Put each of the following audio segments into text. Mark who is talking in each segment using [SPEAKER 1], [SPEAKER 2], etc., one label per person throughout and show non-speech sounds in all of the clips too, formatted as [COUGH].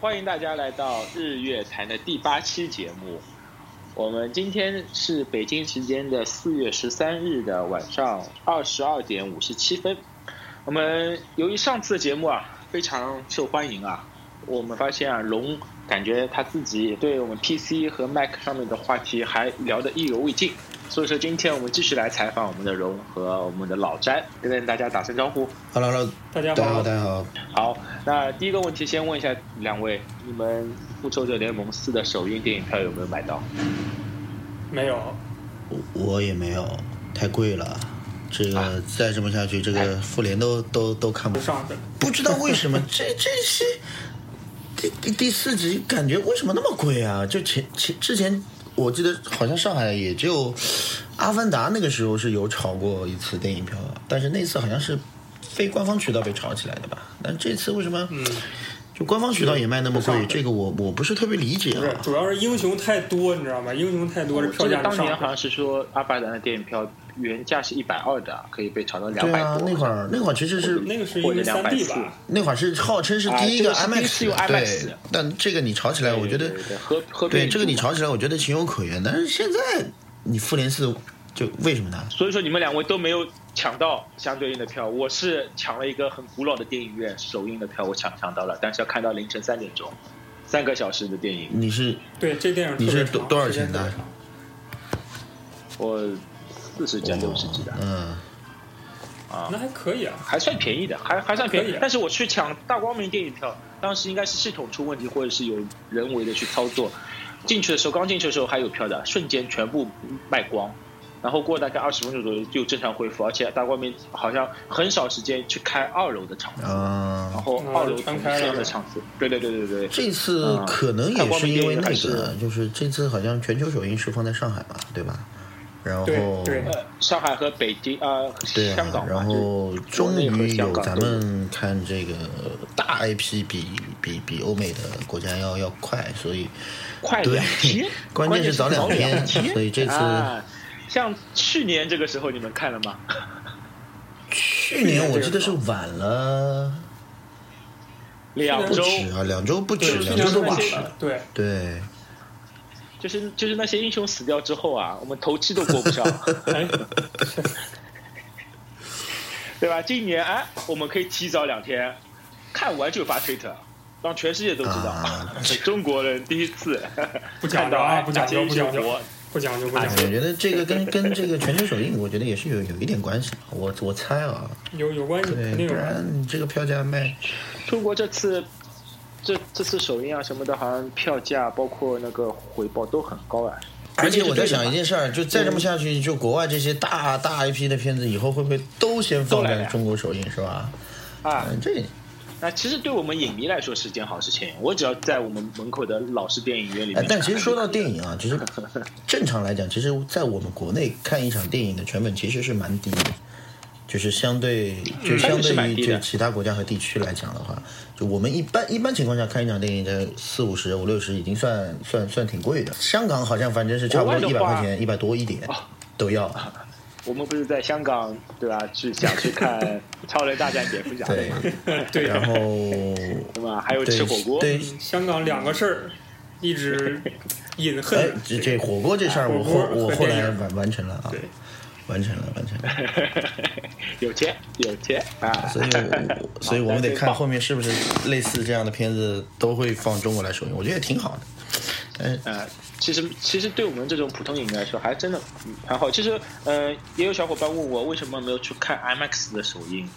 [SPEAKER 1] 欢迎大家来到日月潭的第八期节目。我们今天是北京时间的四月十三日的晚上二十二点五十七分。我们由于上次的节目啊非常受欢迎啊，我们发现啊龙感觉他自己也对我们 PC 和 Mac 上面的话题还聊得意犹未尽，所以说今天我们继续来采访我们的龙和我们的老詹，跟大家打声招呼。
[SPEAKER 2] Hello Hello，
[SPEAKER 3] 大家
[SPEAKER 2] 大家好，
[SPEAKER 3] 好，
[SPEAKER 2] 大家好。
[SPEAKER 1] 好，那第一个问题先问一下两位，你们《复仇者联盟四》的首映电影票有没有买到？
[SPEAKER 3] 没有，
[SPEAKER 2] 我我也没有，太贵了。这个
[SPEAKER 1] 啊
[SPEAKER 2] 再这么下去，这个复联都都都看不
[SPEAKER 3] 不上的，
[SPEAKER 2] 不知道为什么这这些第第第四集感觉为什么那么贵啊？就前前之前我记得好像上海也只有《阿凡达》那个时候是有炒过一次电影票的，但是那次好像是非官方渠道被炒起来的吧？但这次为什么？就官方渠道也卖那么
[SPEAKER 3] 不
[SPEAKER 2] 贵，
[SPEAKER 3] 上
[SPEAKER 2] 这个我我不是特别理解
[SPEAKER 3] 不是
[SPEAKER 2] 啊，。
[SPEAKER 3] 主要是英雄太多，你知道吗？英雄太多，这票
[SPEAKER 1] 记
[SPEAKER 3] 价
[SPEAKER 1] 得
[SPEAKER 3] 就
[SPEAKER 1] 当
[SPEAKER 3] 上
[SPEAKER 1] 年好
[SPEAKER 3] 不
[SPEAKER 1] 像是说《阿凡达》的电影票原价是一百二的，可以被炒到两
[SPEAKER 2] 对
[SPEAKER 1] 百
[SPEAKER 2] 啊，
[SPEAKER 1] 多。
[SPEAKER 2] 那会儿那会儿其实是
[SPEAKER 3] 那个是因
[SPEAKER 1] 或者
[SPEAKER 3] 为三 D
[SPEAKER 1] 240
[SPEAKER 3] 吧？
[SPEAKER 2] 那会儿是号称是第一个
[SPEAKER 1] 啊这个是第一
[SPEAKER 2] IMAX，
[SPEAKER 1] 次用 IMAX
[SPEAKER 2] 对，但这个你炒起来，我觉得
[SPEAKER 1] 对对对和和
[SPEAKER 2] 对这个你炒起来，我觉得情有可原。但是现在你复联四就为什么呢？
[SPEAKER 1] 所以说你们两位都没有抢到相对应的票，我是抢了一个很古老的电影院首映的票，我抢抢到了，但是要看到凌晨三点钟，三个小时的电影。
[SPEAKER 2] 你是
[SPEAKER 3] 对，这电影
[SPEAKER 2] 你
[SPEAKER 3] 特别
[SPEAKER 2] 是多
[SPEAKER 3] 长
[SPEAKER 2] 多少
[SPEAKER 3] 时间
[SPEAKER 2] 钱
[SPEAKER 3] 特别
[SPEAKER 2] 的
[SPEAKER 3] 长
[SPEAKER 1] 我四十几啊六十几的
[SPEAKER 2] 嗯，
[SPEAKER 1] 啊
[SPEAKER 3] 那，还可以啊，
[SPEAKER 1] 还算便宜的，还还算便
[SPEAKER 3] 可
[SPEAKER 1] 宜
[SPEAKER 3] 以。啊
[SPEAKER 1] 但是我去抢大光明电影票，当时应该是系统出问题，或者是有人为的去操作。进去的时候，刚进去的时候还有票的，瞬间全部卖光。然后过大概二十分钟左右就正常恢复，而且大光明好像很少时间去开二楼的场次，然
[SPEAKER 2] 啊，
[SPEAKER 1] 后
[SPEAKER 3] 嗯
[SPEAKER 1] 二楼
[SPEAKER 3] 全
[SPEAKER 1] 同
[SPEAKER 3] 开了
[SPEAKER 1] 样的场次。对对对对对。
[SPEAKER 2] 这次
[SPEAKER 1] 嗯
[SPEAKER 2] 可能
[SPEAKER 1] 看
[SPEAKER 2] 也
[SPEAKER 1] 光
[SPEAKER 2] 是
[SPEAKER 1] 明
[SPEAKER 2] 因为那
[SPEAKER 1] 电影
[SPEAKER 2] 个
[SPEAKER 1] 还，
[SPEAKER 2] 就是这次好像全球首映是放在上海吧，对吧？然后
[SPEAKER 3] 对对
[SPEAKER 1] 呃，上海和北京啊、
[SPEAKER 2] 对啊
[SPEAKER 1] 香港嘛，
[SPEAKER 2] 然
[SPEAKER 1] 就是
[SPEAKER 2] 后终
[SPEAKER 1] 国内和
[SPEAKER 2] 于
[SPEAKER 1] 香
[SPEAKER 2] 有
[SPEAKER 1] 港
[SPEAKER 2] 咱
[SPEAKER 1] 都
[SPEAKER 2] 们看这个大 IP 比比比欧美的国家要要快，所以
[SPEAKER 1] 快
[SPEAKER 2] 对
[SPEAKER 1] 两天，
[SPEAKER 2] [LAUGHS] 关键是早两天
[SPEAKER 1] 关键是早两
[SPEAKER 2] 所以这次
[SPEAKER 1] 啊像去年这个时候你们看了吗？
[SPEAKER 2] 去年我记得是晚了
[SPEAKER 1] 两
[SPEAKER 2] 不
[SPEAKER 1] 周，
[SPEAKER 2] 止啊，两周不止，
[SPEAKER 3] 对，
[SPEAKER 2] 两周
[SPEAKER 3] 去年
[SPEAKER 2] 都
[SPEAKER 3] 是
[SPEAKER 2] 不
[SPEAKER 3] 晚
[SPEAKER 2] 止。
[SPEAKER 3] 了，对，
[SPEAKER 2] 对，
[SPEAKER 1] 就是就是那些英雄死掉之后啊，我们头七都过不
[SPEAKER 2] [LAUGHS]
[SPEAKER 1] 上，
[SPEAKER 3] 哎，
[SPEAKER 1] 对吧？今年哎，我们可以提早两天看完就发推特，让全世界都知道，
[SPEAKER 2] 啊
[SPEAKER 1] [LAUGHS] 中国人第一次
[SPEAKER 3] 不讲
[SPEAKER 1] 看
[SPEAKER 3] 究
[SPEAKER 1] 到
[SPEAKER 3] 啊，
[SPEAKER 1] 哎
[SPEAKER 3] 不讲究，
[SPEAKER 1] 哪
[SPEAKER 3] 不
[SPEAKER 1] 些英
[SPEAKER 3] 讲
[SPEAKER 1] 雄
[SPEAKER 3] 究
[SPEAKER 1] 活，
[SPEAKER 3] 不讲啊究，不
[SPEAKER 2] 我
[SPEAKER 3] 讲究，
[SPEAKER 2] 觉得这个跟跟这个全球首映，我觉得也是有有一点关系的。我我猜啊，
[SPEAKER 3] 有有关系，
[SPEAKER 2] 对，
[SPEAKER 3] 肯定
[SPEAKER 2] 不
[SPEAKER 3] 有
[SPEAKER 2] [LAUGHS]
[SPEAKER 3] 关系。
[SPEAKER 2] 然这个票价卖，
[SPEAKER 1] 中国这次这这次首映啊什么的，好像票价包括那个回报都很高啊。
[SPEAKER 2] 而且我在想一件事儿，就再这么下去，就国外这些大大 IP 的片子，以后会不会都先放
[SPEAKER 1] 都来
[SPEAKER 2] 在
[SPEAKER 1] 了呀
[SPEAKER 2] 中国首映，是吧？
[SPEAKER 1] 啊，
[SPEAKER 2] 嗯，这
[SPEAKER 1] 那其实对我们影迷来说是件好事情。我只要在我们门口的老式电影院里
[SPEAKER 2] 哎
[SPEAKER 1] 面，，
[SPEAKER 2] 但其实说到电
[SPEAKER 1] [LAUGHS]
[SPEAKER 2] 影啊，其实正常来讲，其实，在我们国内看一场电影的成本其实是蛮低的，就是相对就相
[SPEAKER 1] 那嗯是
[SPEAKER 2] 对
[SPEAKER 1] 蛮
[SPEAKER 2] 于
[SPEAKER 1] 低
[SPEAKER 2] 就
[SPEAKER 1] 的
[SPEAKER 2] 其他国家和地区来讲的话，就我们一般一般情况下看一场电影在四五十、五六十已经算算算挺贵的。香港好像反正是差不多
[SPEAKER 1] 国外
[SPEAKER 2] 一百
[SPEAKER 1] 的话啊
[SPEAKER 2] 块钱，一百多一点
[SPEAKER 1] [LAUGHS]
[SPEAKER 2] 都要。
[SPEAKER 1] 我们不是在香港对吧？去想去看《超人大战蝙蝠侠》的
[SPEAKER 2] 对
[SPEAKER 1] 嘛，，
[SPEAKER 3] 对，
[SPEAKER 2] 然
[SPEAKER 1] [LAUGHS]
[SPEAKER 2] 后
[SPEAKER 1] 对吧？还有
[SPEAKER 2] 对
[SPEAKER 1] 吃火锅，
[SPEAKER 2] 对，
[SPEAKER 3] 香港两个事儿一直隐
[SPEAKER 2] 哎
[SPEAKER 3] 恨，，
[SPEAKER 2] 这这火锅这事儿
[SPEAKER 3] 火
[SPEAKER 2] 我
[SPEAKER 1] [LAUGHS]
[SPEAKER 2] 后
[SPEAKER 3] 锅
[SPEAKER 2] 我
[SPEAKER 3] 和
[SPEAKER 2] 后
[SPEAKER 3] 电
[SPEAKER 2] 来
[SPEAKER 3] 影
[SPEAKER 2] 完完成了啊
[SPEAKER 3] 对，
[SPEAKER 2] 完成了完成了。
[SPEAKER 1] [LAUGHS] 有钱有钱啊！
[SPEAKER 2] [LAUGHS] 所以我，所以我们得看后面是不是类似这样的片子都会放中国来首映，我觉得也挺好的。但是
[SPEAKER 1] 呃，其实其实对我们这种普通影迷来说，还真的嗯还好。其实，呃，也有小伙伴问我为什么没有去看 IMAX 的首映，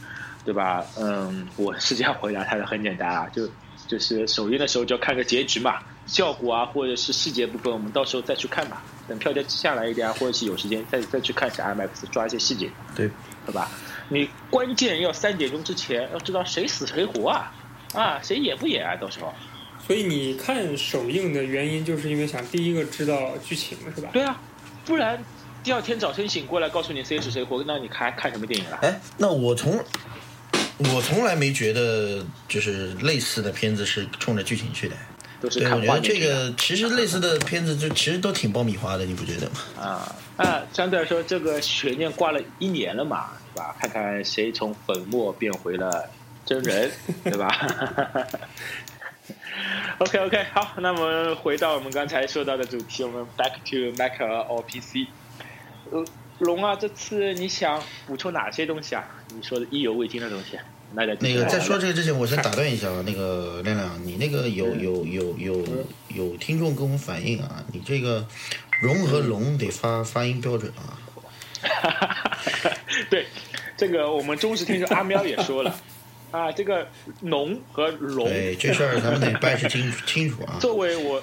[SPEAKER 1] 对吧？嗯，我是这样回答他的，很简单啊，就就是首映的时候就要看个结局嘛，效果啊或者是细节部分，我们到时候再去看吧。等票价下来一点啊，或者是有时间再再去看一下 IMAX，抓一些细节，
[SPEAKER 2] 对，
[SPEAKER 1] 对吧？你关键要三点钟之前要知道谁死谁活啊，啊，谁演不演啊？到时候。
[SPEAKER 3] 所以你看首映的原因，就是因为想第一个知道剧情，是吧？
[SPEAKER 1] 对啊，不然第二天早晨醒过来告诉你谁死谁活，那你还看什么电影了？
[SPEAKER 2] 哎，那我从我从来没觉得就是类似的片子是冲着剧情去的。
[SPEAKER 1] 都是
[SPEAKER 2] 对，
[SPEAKER 1] 看
[SPEAKER 2] 我觉
[SPEAKER 1] 画
[SPEAKER 2] 得
[SPEAKER 1] 面
[SPEAKER 2] 这
[SPEAKER 1] 去啊的
[SPEAKER 2] 个其实类似的片子就其实都挺爆米花的，你不觉得吗？
[SPEAKER 1] 啊啊，相对来说这个悬念挂了一年了嘛，对吧？看看谁从粉末变回了真人，对吧？ OK OK，好，那么回到我们刚才说到的主题，我们 back to Mac or PC。呃，龙啊，这次你想补充哪些东西啊？你说的意犹未尽的东西，那得
[SPEAKER 2] 那个在说这
[SPEAKER 1] 个，
[SPEAKER 2] 个之前，我先打断一下啊，那个亮亮，你那个
[SPEAKER 1] 嗯
[SPEAKER 2] 有有有有有听众跟我们反映啊，你这个融和
[SPEAKER 1] 嗯
[SPEAKER 2] 龙得发发音标准啊。
[SPEAKER 1] [LAUGHS] 对，这个我们忠实听众阿喵也说了 [LAUGHS] 啊，这个龙和龙
[SPEAKER 2] 对，这事儿咱们得办事清
[SPEAKER 1] [LAUGHS]
[SPEAKER 2] 清楚啊。
[SPEAKER 1] 作为我，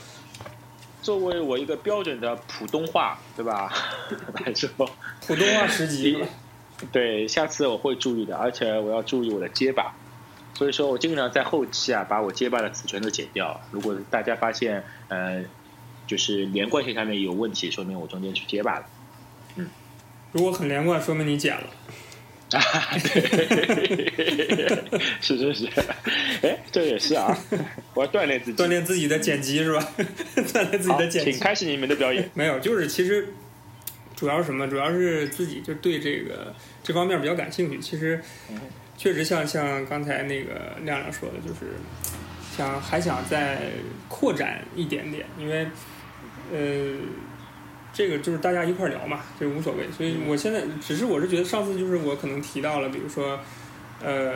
[SPEAKER 1] 作为我一个标准的普通话，对吧？ [LAUGHS] 来说，
[SPEAKER 3] 普通话十级，
[SPEAKER 1] 对，下次我会注意的，而且我要注意我的结巴，所以说我尽量在后期啊，把我结巴的词全都剪掉。如果大家发现，呃，就是连贯性上面有问题，说明我中间是结巴了。
[SPEAKER 3] 如果很连贯，说明你剪了。
[SPEAKER 1] 啊，对，是是 [LAUGHS] 是，哎，这也是
[SPEAKER 3] [LAUGHS]
[SPEAKER 1] 啊，我要锻炼自己。
[SPEAKER 3] 锻炼自己的剪辑是吧？ [LAUGHS] 锻炼自己
[SPEAKER 1] 好，
[SPEAKER 3] 的剪
[SPEAKER 1] 请
[SPEAKER 3] 辑。
[SPEAKER 1] 开始你们的表演。
[SPEAKER 3] 没有，就是其实主要是什么？主要是自己就对这个这方面比较感兴趣。其实确实像像刚才那个亮亮说的，就是想还想再扩展一点点，因为呃。这个就是大家一块儿聊嘛，这无所谓。所以我现在只是我是觉得上次就是我可能提到了，比如说，呃，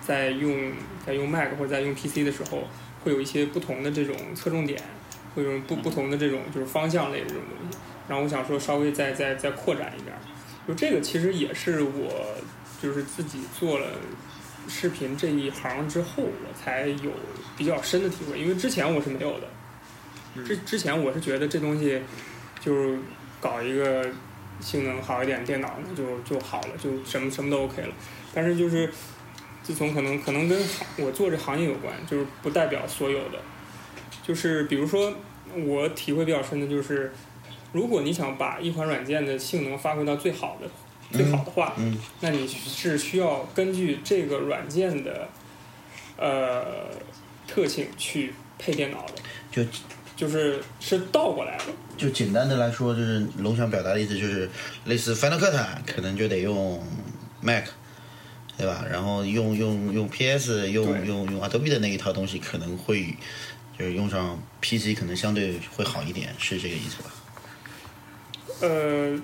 [SPEAKER 3] 在用在用 Mac 或者在用 PC 的时候，会有一些不同的这种侧重点，会有不不同的这种就是方向类的这种东西。然后我想说稍微再再再扩展一点儿，就这个其实也是我就是自己做了视频这一行之后，我才有比较深的体会，因为之前我是没有的。之之前我是觉得这东西就是搞一个性能好一点的电脑呢，就就好了，就什么什么都 OK 了。但是就是自从可能可能跟我做这行业有关，就是不代表所有的。就是比如说我体会比较深的就是，如果你想把一款软件的性能发挥到最好的最好的话，
[SPEAKER 2] 嗯，
[SPEAKER 3] 那你是需要根据这个软件的呃特性去配电脑的，
[SPEAKER 2] 就
[SPEAKER 3] 就是是倒过来的。
[SPEAKER 2] 就简单的来说，就是龙想表达的意思就是，类似 Final Cut 可能就得用 Mac，对吧？然后用用用 PS，用
[SPEAKER 3] 对
[SPEAKER 2] 用用 Adobe 的那一套东西，可能会就是用上 PC，可能相对会好一点，是这个意思吧？
[SPEAKER 3] 呃，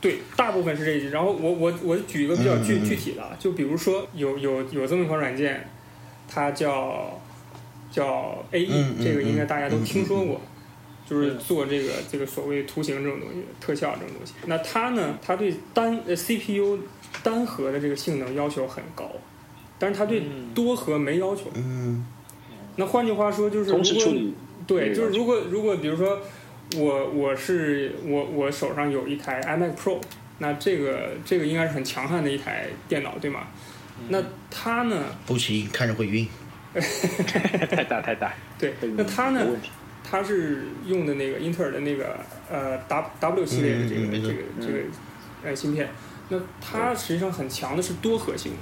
[SPEAKER 3] 对，大部分是这一集。然后我我我举一个比较具
[SPEAKER 2] 嗯嗯嗯
[SPEAKER 3] 具体的，啊，就比如说有有有这么一款软件，它叫叫 AE，、
[SPEAKER 2] 嗯嗯
[SPEAKER 3] 这个应该大家都听说过。就是
[SPEAKER 1] 嗯
[SPEAKER 3] 做这个这个所谓图形这种东西，特效这种东西。那它呢，它对单呃 CPU 单核的这个性能要求很高，但是它对
[SPEAKER 1] 嗯
[SPEAKER 3] 多核没要求。
[SPEAKER 2] 嗯，
[SPEAKER 3] 那换句话说，就是如
[SPEAKER 1] 同
[SPEAKER 3] 果
[SPEAKER 1] 时处理，对
[SPEAKER 3] 对，就是如果如果比如说我我是我我手上有一台 iMac Pro，那这个这个应该是很强悍的一台电脑，对吗？那它呢？
[SPEAKER 2] 不行，看着会晕。
[SPEAKER 1] [LAUGHS] 太大太大。
[SPEAKER 3] 对， [LAUGHS] 那它
[SPEAKER 1] 有
[SPEAKER 3] 呢
[SPEAKER 1] 问？题
[SPEAKER 3] 它是用的那个英特尔的那个呃 W W 系列的这个、
[SPEAKER 2] 嗯嗯没
[SPEAKER 3] 这
[SPEAKER 2] 错
[SPEAKER 3] 个这个呃芯片，那它实际上很强的是多核性能，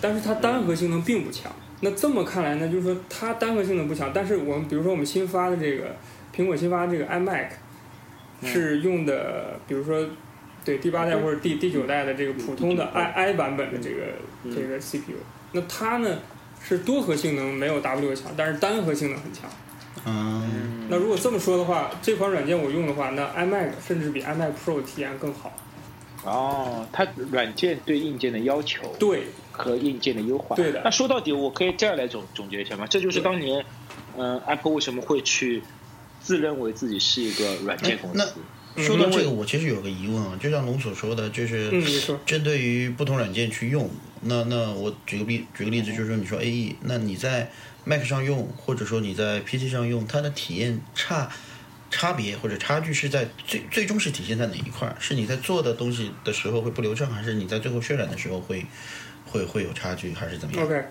[SPEAKER 3] 但是它单核性能并不强。那这么看来呢，就是说它单核性能不强，但是我们比如说我们新发的这个苹果新发的这个 iMac
[SPEAKER 1] 嗯
[SPEAKER 3] 是用的，比如说对第八代或者第第九代的这个普通的 i i 版本的这个
[SPEAKER 1] 嗯
[SPEAKER 3] 这个 CPU，那它呢是多核性能没有 W 强，但是单核性能很强。
[SPEAKER 2] 嗯，
[SPEAKER 3] 那如果这么说的话，这款软件我用的话，那 iMac 甚至比 iMac Pro 体验更好。
[SPEAKER 1] 哦，它软件对硬件的要求
[SPEAKER 3] 对，
[SPEAKER 1] 和硬件的优化。
[SPEAKER 3] 对的
[SPEAKER 1] 那说到底，我可以这样来总总结一下吗？这就是当年，嗯、a p p l e 为什么会去自认为自己是一个软件公司？
[SPEAKER 2] 嗯说到这个，我其实有个疑问啊，就像龙所说的，就是
[SPEAKER 3] 嗯，你说，
[SPEAKER 2] 针对于不同软件去用。那那我举个例举个例
[SPEAKER 3] 嗯
[SPEAKER 2] 子，就是说你说 A E，那你在 Mac 上用，或者说你在 PC 上用，它的体验差差别或者差距是在最最终是体现在哪一块儿？是你在做的东西的时候会不流畅，还是你在最后渲染的时候会会会有差距，还是怎么样？
[SPEAKER 3] OK，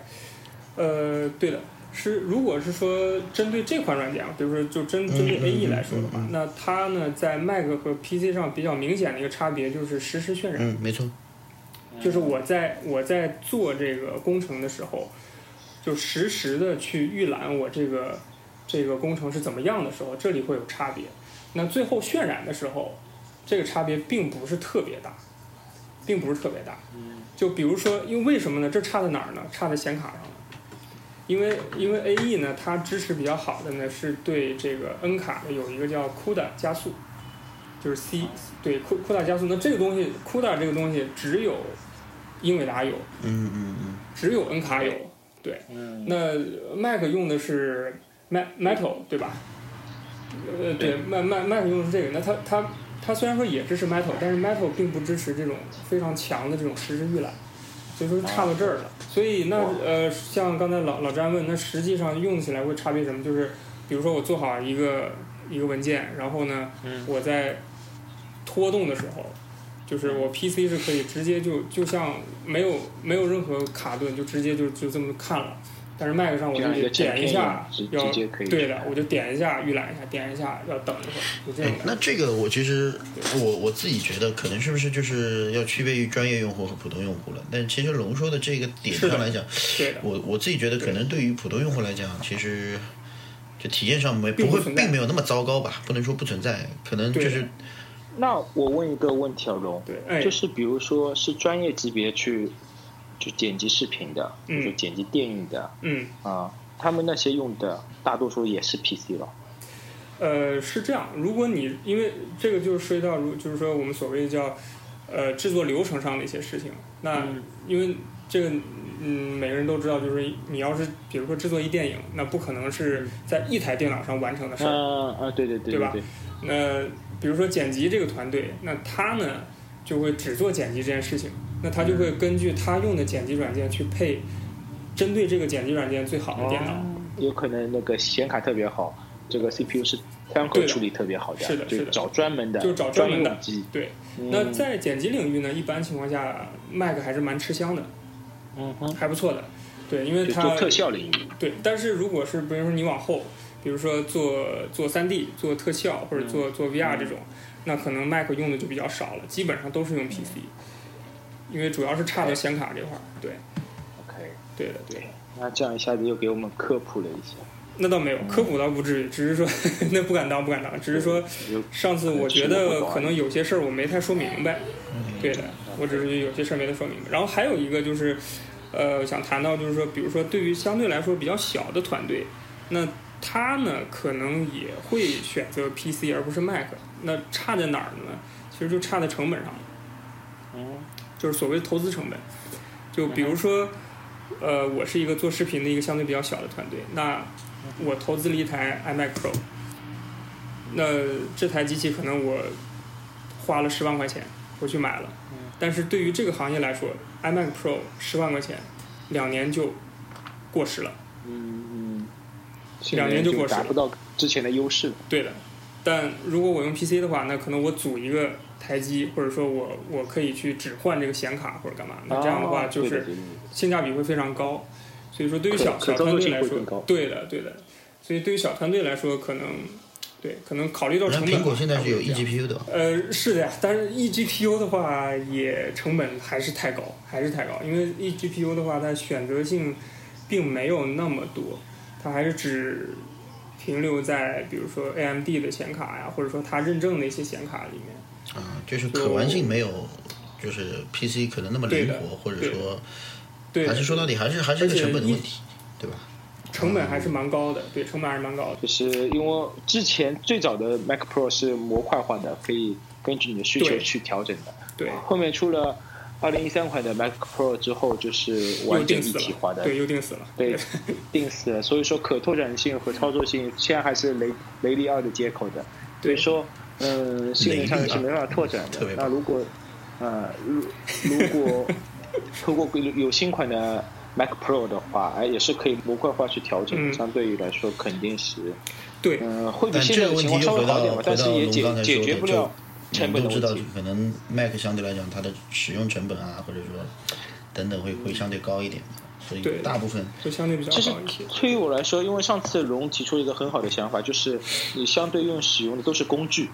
[SPEAKER 3] 呃，对的，是如果是说针对这款软件啊，比如说就针针对
[SPEAKER 2] 嗯
[SPEAKER 3] AE
[SPEAKER 2] 嗯
[SPEAKER 3] 来说的话，
[SPEAKER 2] 嗯嗯
[SPEAKER 3] 那它呢在 Mac 和 PC 上比较明显的一个差别就是实时渲染，
[SPEAKER 2] 嗯，没错，
[SPEAKER 3] 就是我在我在做这个工程的时候，就实时的去预览我这个这个工程是怎么样的时候，这里会有差别。那最后渲染的时候，这个差别并不是特别大，并不是特别大。就比如说，因为为什么呢？这差在哪儿呢？差在显卡上了。因为因为 AE 呢，它支持比较好的呢是对这个 N 卡的有一个叫 CUDA 加速，就是 C 对 CU- CUDA 加速。那这个东西 CUDA 这个东西只有英伟达有，
[SPEAKER 2] 嗯嗯嗯，
[SPEAKER 3] 只有 N 卡有。对，
[SPEAKER 1] 嗯，
[SPEAKER 3] 那 Mac 用的是 Mac Metal 对吧？呃，对
[SPEAKER 1] 对
[SPEAKER 3] ，Mac Mac Mac 用的是这个。那它它它虽然说也支持 Metal，但是 Metal 并不支持这种非常强的这种实时预览，所以说差到这儿了。所以那
[SPEAKER 1] 哦哇
[SPEAKER 3] 呃，像刚才老老詹问，那实际上用起来会差别什么？就是比如说我做好一个一个文件，然后呢，
[SPEAKER 1] 嗯
[SPEAKER 3] 我在拖动的时候，就是我 PC 是可以直接就就像没有没有任何卡顿，就直接就就这么看了。但是 Mac 上我
[SPEAKER 1] 就像一
[SPEAKER 3] 就
[SPEAKER 1] 个
[SPEAKER 3] 点一下
[SPEAKER 1] 整，片一样直直
[SPEAKER 3] 要
[SPEAKER 1] 接可以
[SPEAKER 3] 对的，我就点一下预览一下，点一下要等一会儿，就这种
[SPEAKER 2] 哎
[SPEAKER 3] 感，觉。
[SPEAKER 2] 那这个我其实我我自己觉得，可能是不是就是要区别于专业用户和普通用户了？但其实龙说的这个点
[SPEAKER 3] 是的
[SPEAKER 2] 上来讲，
[SPEAKER 3] 对的，
[SPEAKER 2] 我我自己觉得，可能对于普通用户来讲，其实就体验上没
[SPEAKER 3] 并
[SPEAKER 2] 不
[SPEAKER 3] 不
[SPEAKER 2] 会
[SPEAKER 3] 存在
[SPEAKER 2] 并没有那么糟糕吧，不能说不存在，可能就
[SPEAKER 3] 对
[SPEAKER 2] 是
[SPEAKER 1] 那我问一个问题啊，龙，
[SPEAKER 3] 对，哎，
[SPEAKER 1] 就是比如说是专业级别去就剪辑视频的，
[SPEAKER 3] 嗯
[SPEAKER 1] 就剪辑电影的
[SPEAKER 3] 嗯，
[SPEAKER 1] 啊，他们那些用的大多数也是 PC 了，
[SPEAKER 3] 呃，是这样，如果你因为这个就是涉及到如就是说我们所谓叫呃制作流程上的一些事情，那
[SPEAKER 1] 嗯
[SPEAKER 3] 因为这个嗯每个人都知道，就是你要是比如说制作一电影，那不可能是在一台电脑上完成的事儿，
[SPEAKER 1] 嗯啊，对对对
[SPEAKER 3] 对吧
[SPEAKER 1] 对，
[SPEAKER 3] 那比如说剪辑这个团队，那他呢就会只做剪辑这件事情，那他就
[SPEAKER 1] 嗯
[SPEAKER 3] 会根据他用的剪辑软件去配针对这个剪辑软件最好的电脑。
[SPEAKER 1] 哦有可能那个显卡特别好，这个 CPU 是单核
[SPEAKER 3] 对的
[SPEAKER 1] 处理特别好
[SPEAKER 3] 是的
[SPEAKER 1] 就是
[SPEAKER 3] 的
[SPEAKER 1] 找专门的，
[SPEAKER 3] 就找专门的
[SPEAKER 1] 用机。
[SPEAKER 3] 对，
[SPEAKER 1] 嗯
[SPEAKER 3] 那在剪辑领域呢，一般情况下，Mac 还是蛮吃香的，
[SPEAKER 1] 嗯哼，
[SPEAKER 3] 还不错的。对，因为
[SPEAKER 1] 就
[SPEAKER 3] 它
[SPEAKER 1] 做特效领域，
[SPEAKER 3] 对，但是如果是比如说你往后，比如说做做三 D、做特效
[SPEAKER 1] 嗯
[SPEAKER 3] 或者做做 VR 这种，那可能 Mac 用的就比较少了，基本上都是用 PC，因
[SPEAKER 1] 嗯
[SPEAKER 3] 为主要是差在显卡这块儿。对，
[SPEAKER 1] OK，
[SPEAKER 3] 对的，对的。
[SPEAKER 1] 那这样一下子又给我们科普了一下。
[SPEAKER 3] 那倒没有，科普倒不至于，只是说 [LAUGHS] 那不敢当，不敢当，只是说
[SPEAKER 1] 有
[SPEAKER 3] 上次我觉得可能有些事儿我没太说明白，
[SPEAKER 2] 嗯
[SPEAKER 3] 对的，我只是有些事儿没太说明白。然后还有一个就是，呃，想谈到就是说，比如说对于相对来说比较小的团队，那他呢可能也会选择 PC 而不是 Mac，那差在哪儿呢？其实就差在成本上了。
[SPEAKER 1] 嗯
[SPEAKER 3] 就是所谓投资成本。就比如说，呃，我是一个做视频的一个相对比较小的团队，那我投资了一台 iMac Pro，那这台机器可能我花了十万块钱我去买了，
[SPEAKER 1] 嗯
[SPEAKER 3] 但是对于这个行业来说，iMac Pro 十万块钱两年就过时了，
[SPEAKER 1] 嗯嗯，
[SPEAKER 3] 两年就过时
[SPEAKER 1] 达不到之前的优势了。
[SPEAKER 3] 对的。但如果我用 PC 的话，那可能我组一个台机，或者说我我可以去只换这个显卡或者干嘛。那这样的话，
[SPEAKER 1] 哦
[SPEAKER 3] 就是
[SPEAKER 1] 对的对的
[SPEAKER 3] 性价比会非常高，所以说对于
[SPEAKER 1] 可
[SPEAKER 3] 小
[SPEAKER 1] 可
[SPEAKER 3] 小
[SPEAKER 1] 操
[SPEAKER 3] 团
[SPEAKER 1] 作
[SPEAKER 3] 队
[SPEAKER 1] 性
[SPEAKER 3] 来
[SPEAKER 1] 会
[SPEAKER 3] 说
[SPEAKER 1] 更高，
[SPEAKER 3] 对的对的，所以对于小团队来说，可能对可能考虑到
[SPEAKER 2] 好像
[SPEAKER 3] 成本，
[SPEAKER 2] 苹果现在是有
[SPEAKER 3] 还会
[SPEAKER 2] E
[SPEAKER 3] 这样
[SPEAKER 2] G P U 的吧？
[SPEAKER 3] 呃，是的呀，但是 E G P U 的话也成本还是太高，还是太高，因为 E G P U 的话它选择性并没有那么多，它还是只停留在比如说 A M D 的显卡呀，或者说它认证的一些显卡里面。
[SPEAKER 2] 啊，就是可玩性没有，就是 PC 可能那么灵
[SPEAKER 3] 对的
[SPEAKER 2] 活，或者
[SPEAKER 3] 对的
[SPEAKER 2] 说
[SPEAKER 3] 对
[SPEAKER 2] 还，是说到底还是还是个
[SPEAKER 3] 而且
[SPEAKER 2] 成本的
[SPEAKER 3] 一
[SPEAKER 2] 问题，对吧？
[SPEAKER 3] 成本还是蛮高的，对，成本还是蛮高的。
[SPEAKER 1] 就是因为之前最早的 Mac Pro 是模块化的，可以根据你的需求
[SPEAKER 3] 对
[SPEAKER 1] 去调整的。
[SPEAKER 3] 对，
[SPEAKER 1] 后面出了二零一三款的 Mac Pro 之后，就是
[SPEAKER 3] 又
[SPEAKER 1] 完全
[SPEAKER 3] 定
[SPEAKER 1] 一
[SPEAKER 3] 死
[SPEAKER 1] 体化
[SPEAKER 3] 了，
[SPEAKER 1] 的，
[SPEAKER 3] 对，又定死了。 [LAUGHS]
[SPEAKER 1] 对，定死了。所以说可拓展性和操作性现在还是雷雷利奥的接口的，所以说，嗯，性能上是没办法拓展
[SPEAKER 2] 特
[SPEAKER 1] 的
[SPEAKER 2] 别。棒
[SPEAKER 1] 那如果，呃，如如
[SPEAKER 3] [LAUGHS]
[SPEAKER 1] 果透过有新款的 Mac Pro 的话，哎，也是可以模块化去调整，
[SPEAKER 3] 嗯
[SPEAKER 1] 相对于来说肯定是，
[SPEAKER 3] 对，
[SPEAKER 1] 嗯、会比
[SPEAKER 2] 但
[SPEAKER 1] 现
[SPEAKER 2] 这
[SPEAKER 1] 在
[SPEAKER 2] 个
[SPEAKER 1] 的
[SPEAKER 2] 问
[SPEAKER 1] 情
[SPEAKER 2] 题
[SPEAKER 1] 况稍
[SPEAKER 2] 又
[SPEAKER 1] 微
[SPEAKER 2] 回
[SPEAKER 1] 好
[SPEAKER 2] 到
[SPEAKER 1] 一点吧，
[SPEAKER 2] 回
[SPEAKER 1] 但
[SPEAKER 2] 到
[SPEAKER 1] 是也
[SPEAKER 2] 龙
[SPEAKER 1] 解
[SPEAKER 2] 刚才
[SPEAKER 1] 解
[SPEAKER 2] 说
[SPEAKER 1] 决
[SPEAKER 2] 的，
[SPEAKER 1] 不
[SPEAKER 2] 就
[SPEAKER 1] 了成
[SPEAKER 2] 我
[SPEAKER 1] 本的
[SPEAKER 2] 们都知道
[SPEAKER 1] 问题，。
[SPEAKER 2] 可能 Mac 相对来讲它的使用成本啊，或者说等等会会相对高一点，所以
[SPEAKER 3] 对
[SPEAKER 2] 大部分
[SPEAKER 3] 就相对比较
[SPEAKER 1] 其实
[SPEAKER 3] 高一些。
[SPEAKER 1] 对于我来说，因为上次龙提出了一个很好的想法，就是你相对用使用的都是工具，